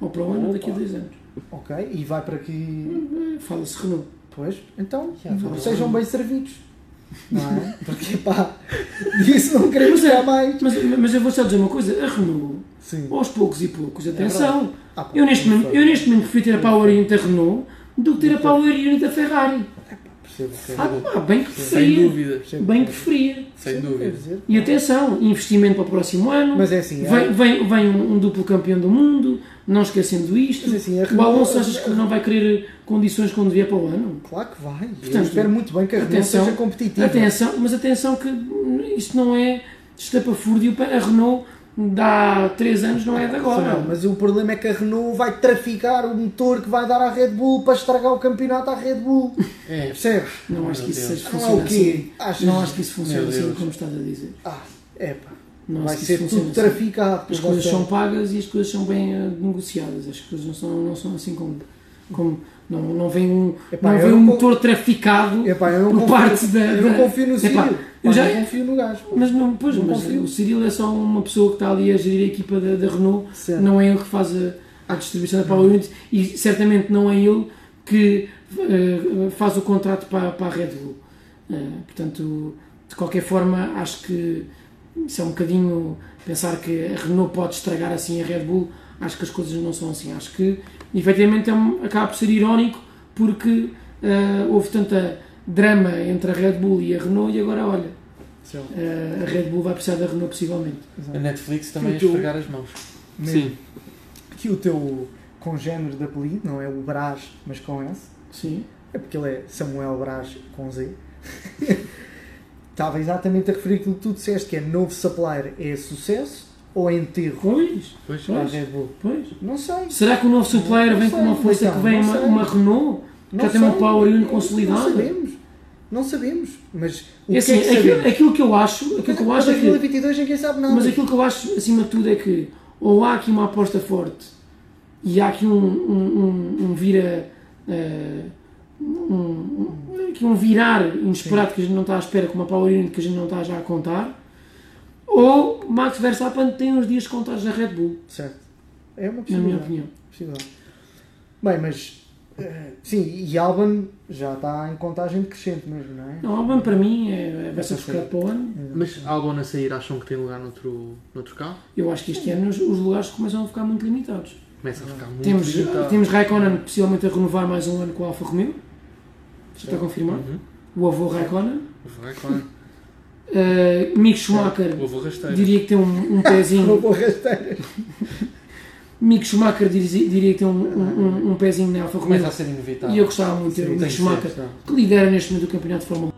Speaker 3: Ou para o ano ou daqui a dois anos.
Speaker 1: Ok, e vai para que...
Speaker 3: Fala-se Renault.
Speaker 1: Pois, então,
Speaker 2: Já vamos.
Speaker 1: sejam bem servidos. Não é? Porque, pá, disso não queremos já mais.
Speaker 3: Mas, mas eu vou só dizer uma coisa, a Renault,
Speaker 1: Sim.
Speaker 3: aos poucos e poucos, atenção,
Speaker 1: Ah, pá,
Speaker 3: eu, neste
Speaker 1: não
Speaker 3: momento,
Speaker 1: sei.
Speaker 3: eu neste momento prefiro ter a Power Unit da Renault do que ter a Power Unit da Ferrari.
Speaker 1: Percebo o que é.
Speaker 3: Ah, pá, bem que
Speaker 2: Sem
Speaker 3: preferia.
Speaker 2: dúvida.
Speaker 1: Percebo o
Speaker 3: Bem
Speaker 1: que
Speaker 3: que
Speaker 1: é.
Speaker 3: preferia.
Speaker 2: Sem
Speaker 1: Percebo o que quer
Speaker 2: dúvida.
Speaker 1: dizer.
Speaker 3: E atenção, investimento para o próximo ano.
Speaker 1: Mas é assim,
Speaker 3: Vem, vem, vem um, um duplo campeão do mundo, não esquecendo isto.
Speaker 1: Mas assim, a
Speaker 3: o
Speaker 1: renovação-
Speaker 3: Alonso achas que não vai querer condições quando vier para o ano?
Speaker 1: há- claro que vai. Eu
Speaker 3: Portanto,
Speaker 1: espero muito bem que a Renault
Speaker 3: atenção,
Speaker 1: seja competitiva.
Speaker 3: Atenção, mas atenção que isto não é estapafúrdio para a Renault de há 3 anos, não é de agora.
Speaker 1: Não, mas o problema é que a Renault vai traficar o motor que vai dar à Red Bull para estragar o campeonato à Red Bull.
Speaker 2: É,
Speaker 1: Percebes?
Speaker 3: Não acho que isso
Speaker 2: Meu Deus.
Speaker 3: seja
Speaker 1: Não é o
Speaker 3: funciona
Speaker 1: quê?
Speaker 3: assim.
Speaker 1: Achas?
Speaker 3: Não acho que isso
Speaker 2: Meu
Speaker 3: funciona assim
Speaker 2: Deus.
Speaker 3: como estás a dizer.
Speaker 1: Ah, epá.
Speaker 3: Não
Speaker 1: Vai
Speaker 3: acho que isso
Speaker 1: ser tudo
Speaker 3: funciona assim.
Speaker 1: traficado.
Speaker 3: As
Speaker 1: por
Speaker 3: coisas
Speaker 1: você.
Speaker 3: são pagas e as coisas são bem eh, negociadas. As coisas não são, não são assim como. como não, não vem um,
Speaker 1: Epá,
Speaker 3: não
Speaker 1: eu
Speaker 3: vem um
Speaker 1: não con-
Speaker 3: motor traficado
Speaker 1: Epá, eu não
Speaker 3: por
Speaker 1: confio,
Speaker 3: parte da.
Speaker 1: eu não
Speaker 3: da-
Speaker 1: confio no Ciro.
Speaker 3: É, Epá,
Speaker 1: eu
Speaker 3: eu já,
Speaker 1: não confio no gajo. pá.
Speaker 3: mas não, pois,
Speaker 1: Não
Speaker 3: mas
Speaker 1: confio.
Speaker 3: o Cyril é só uma pessoa que está ali a gerir a equipa da, da Renault,
Speaker 1: Certo.
Speaker 3: não é ele que faz a, a distribuição da Power Unit e certamente não é ele que eh, faz o contrato para, para a Red Bull. Eh, portanto, de qualquer forma, acho que isso é um bocadinho pensar que a Renault pode estragar assim a Red Bull. Acho que as coisas não são assim. Acho que efetivamente é um- acaba por ser irónico porque eh, houve tanta drama entre a Red Bull e a Renault e agora olha.
Speaker 1: Sim.
Speaker 3: Eh, a Red Bull vai precisar da Renault possivelmente.
Speaker 2: a Netflix também a
Speaker 1: Então-
Speaker 2: esfregar as mãos.
Speaker 1: Mesmo
Speaker 2: Sim.
Speaker 1: Que o teu congénero de apelido, não é o Brás, mas com S,
Speaker 3: Sim.
Speaker 1: é porque ele é Samuel Brás com Z. Estava exatamente a referir aquilo que tu disseste, que é novo supplier é sucesso ou é enterro?
Speaker 3: Pois,
Speaker 2: Pois,
Speaker 1: à
Speaker 3: Pois.
Speaker 1: Red Bull?
Speaker 3: pois.
Speaker 1: Não sei.
Speaker 3: Será que o novo supplier vem
Speaker 1: Não
Speaker 3: com uma
Speaker 1: sei,
Speaker 3: força
Speaker 1: então,
Speaker 3: que vem
Speaker 1: não
Speaker 3: uma,
Speaker 1: sei.
Speaker 3: uma Renault?
Speaker 1: Não
Speaker 3: Já tem uma
Speaker 1: sei.
Speaker 3: Power Unit
Speaker 1: Não
Speaker 3: consolidada?
Speaker 1: sabemos. Não sabemos. Mas o
Speaker 3: É
Speaker 1: que
Speaker 3: assim,
Speaker 1: é que
Speaker 3: aquilo,
Speaker 1: sabemos?
Speaker 3: aquilo que eu acho, aquilo que eu acho é que
Speaker 1: 2022 ninguém sabe nada.
Speaker 3: Mas aquilo que eu acho, acima de tudo, é que ou há aqui uma aposta forte e há aqui um, um, um, um vira. eh, um, um- aqui um virar inesperado que a gente não está à espera, com uma power unit que a gente não está já a contar. Ou Max Verstappen tem uns dias contados na Red Bull,
Speaker 1: Certo. É uma
Speaker 3: na minha
Speaker 1: possibilidade.
Speaker 3: opinião.
Speaker 1: possibilidade. Bem, mas... eh, sim, e Alban já está em contagem decrescente mesmo, não é? Eh,
Speaker 3: Não, o Albon para mim é, é- vai ser buscado para o ano.
Speaker 2: Mas Albon a sair acham que tem lugar noutro, noutro carro?
Speaker 3: Eu acho que este ano os, os lugares começam a ficar muito limitados.
Speaker 2: Começa a ficar muito
Speaker 3: Temos,
Speaker 2: limitado.
Speaker 3: temos Raikkonen possivelmente a renovar mais um ano com a Alfa Romeo. Já está confirmado.
Speaker 2: Uhum.
Speaker 3: O avô Raikkonen.
Speaker 2: Vai, claro.
Speaker 3: Uh, Mick Schumacher
Speaker 2: Houve o rasteiro.
Speaker 3: diria que tem um, um
Speaker 1: Não
Speaker 3: pezinho.
Speaker 1: vou rasteira.
Speaker 3: Mick Schumacher diria, diria que tem um, um, um- um pezinho na Alfa
Speaker 2: Começa
Speaker 3: Romeo.
Speaker 2: a ser inevitável.
Speaker 3: E eu gostava muito de ter
Speaker 2: Sim,
Speaker 3: o
Speaker 2: tem
Speaker 3: Mick
Speaker 2: que
Speaker 3: Schumacher,
Speaker 2: ser,
Speaker 3: que lidera neste momento o campeonato de Fórmula 1.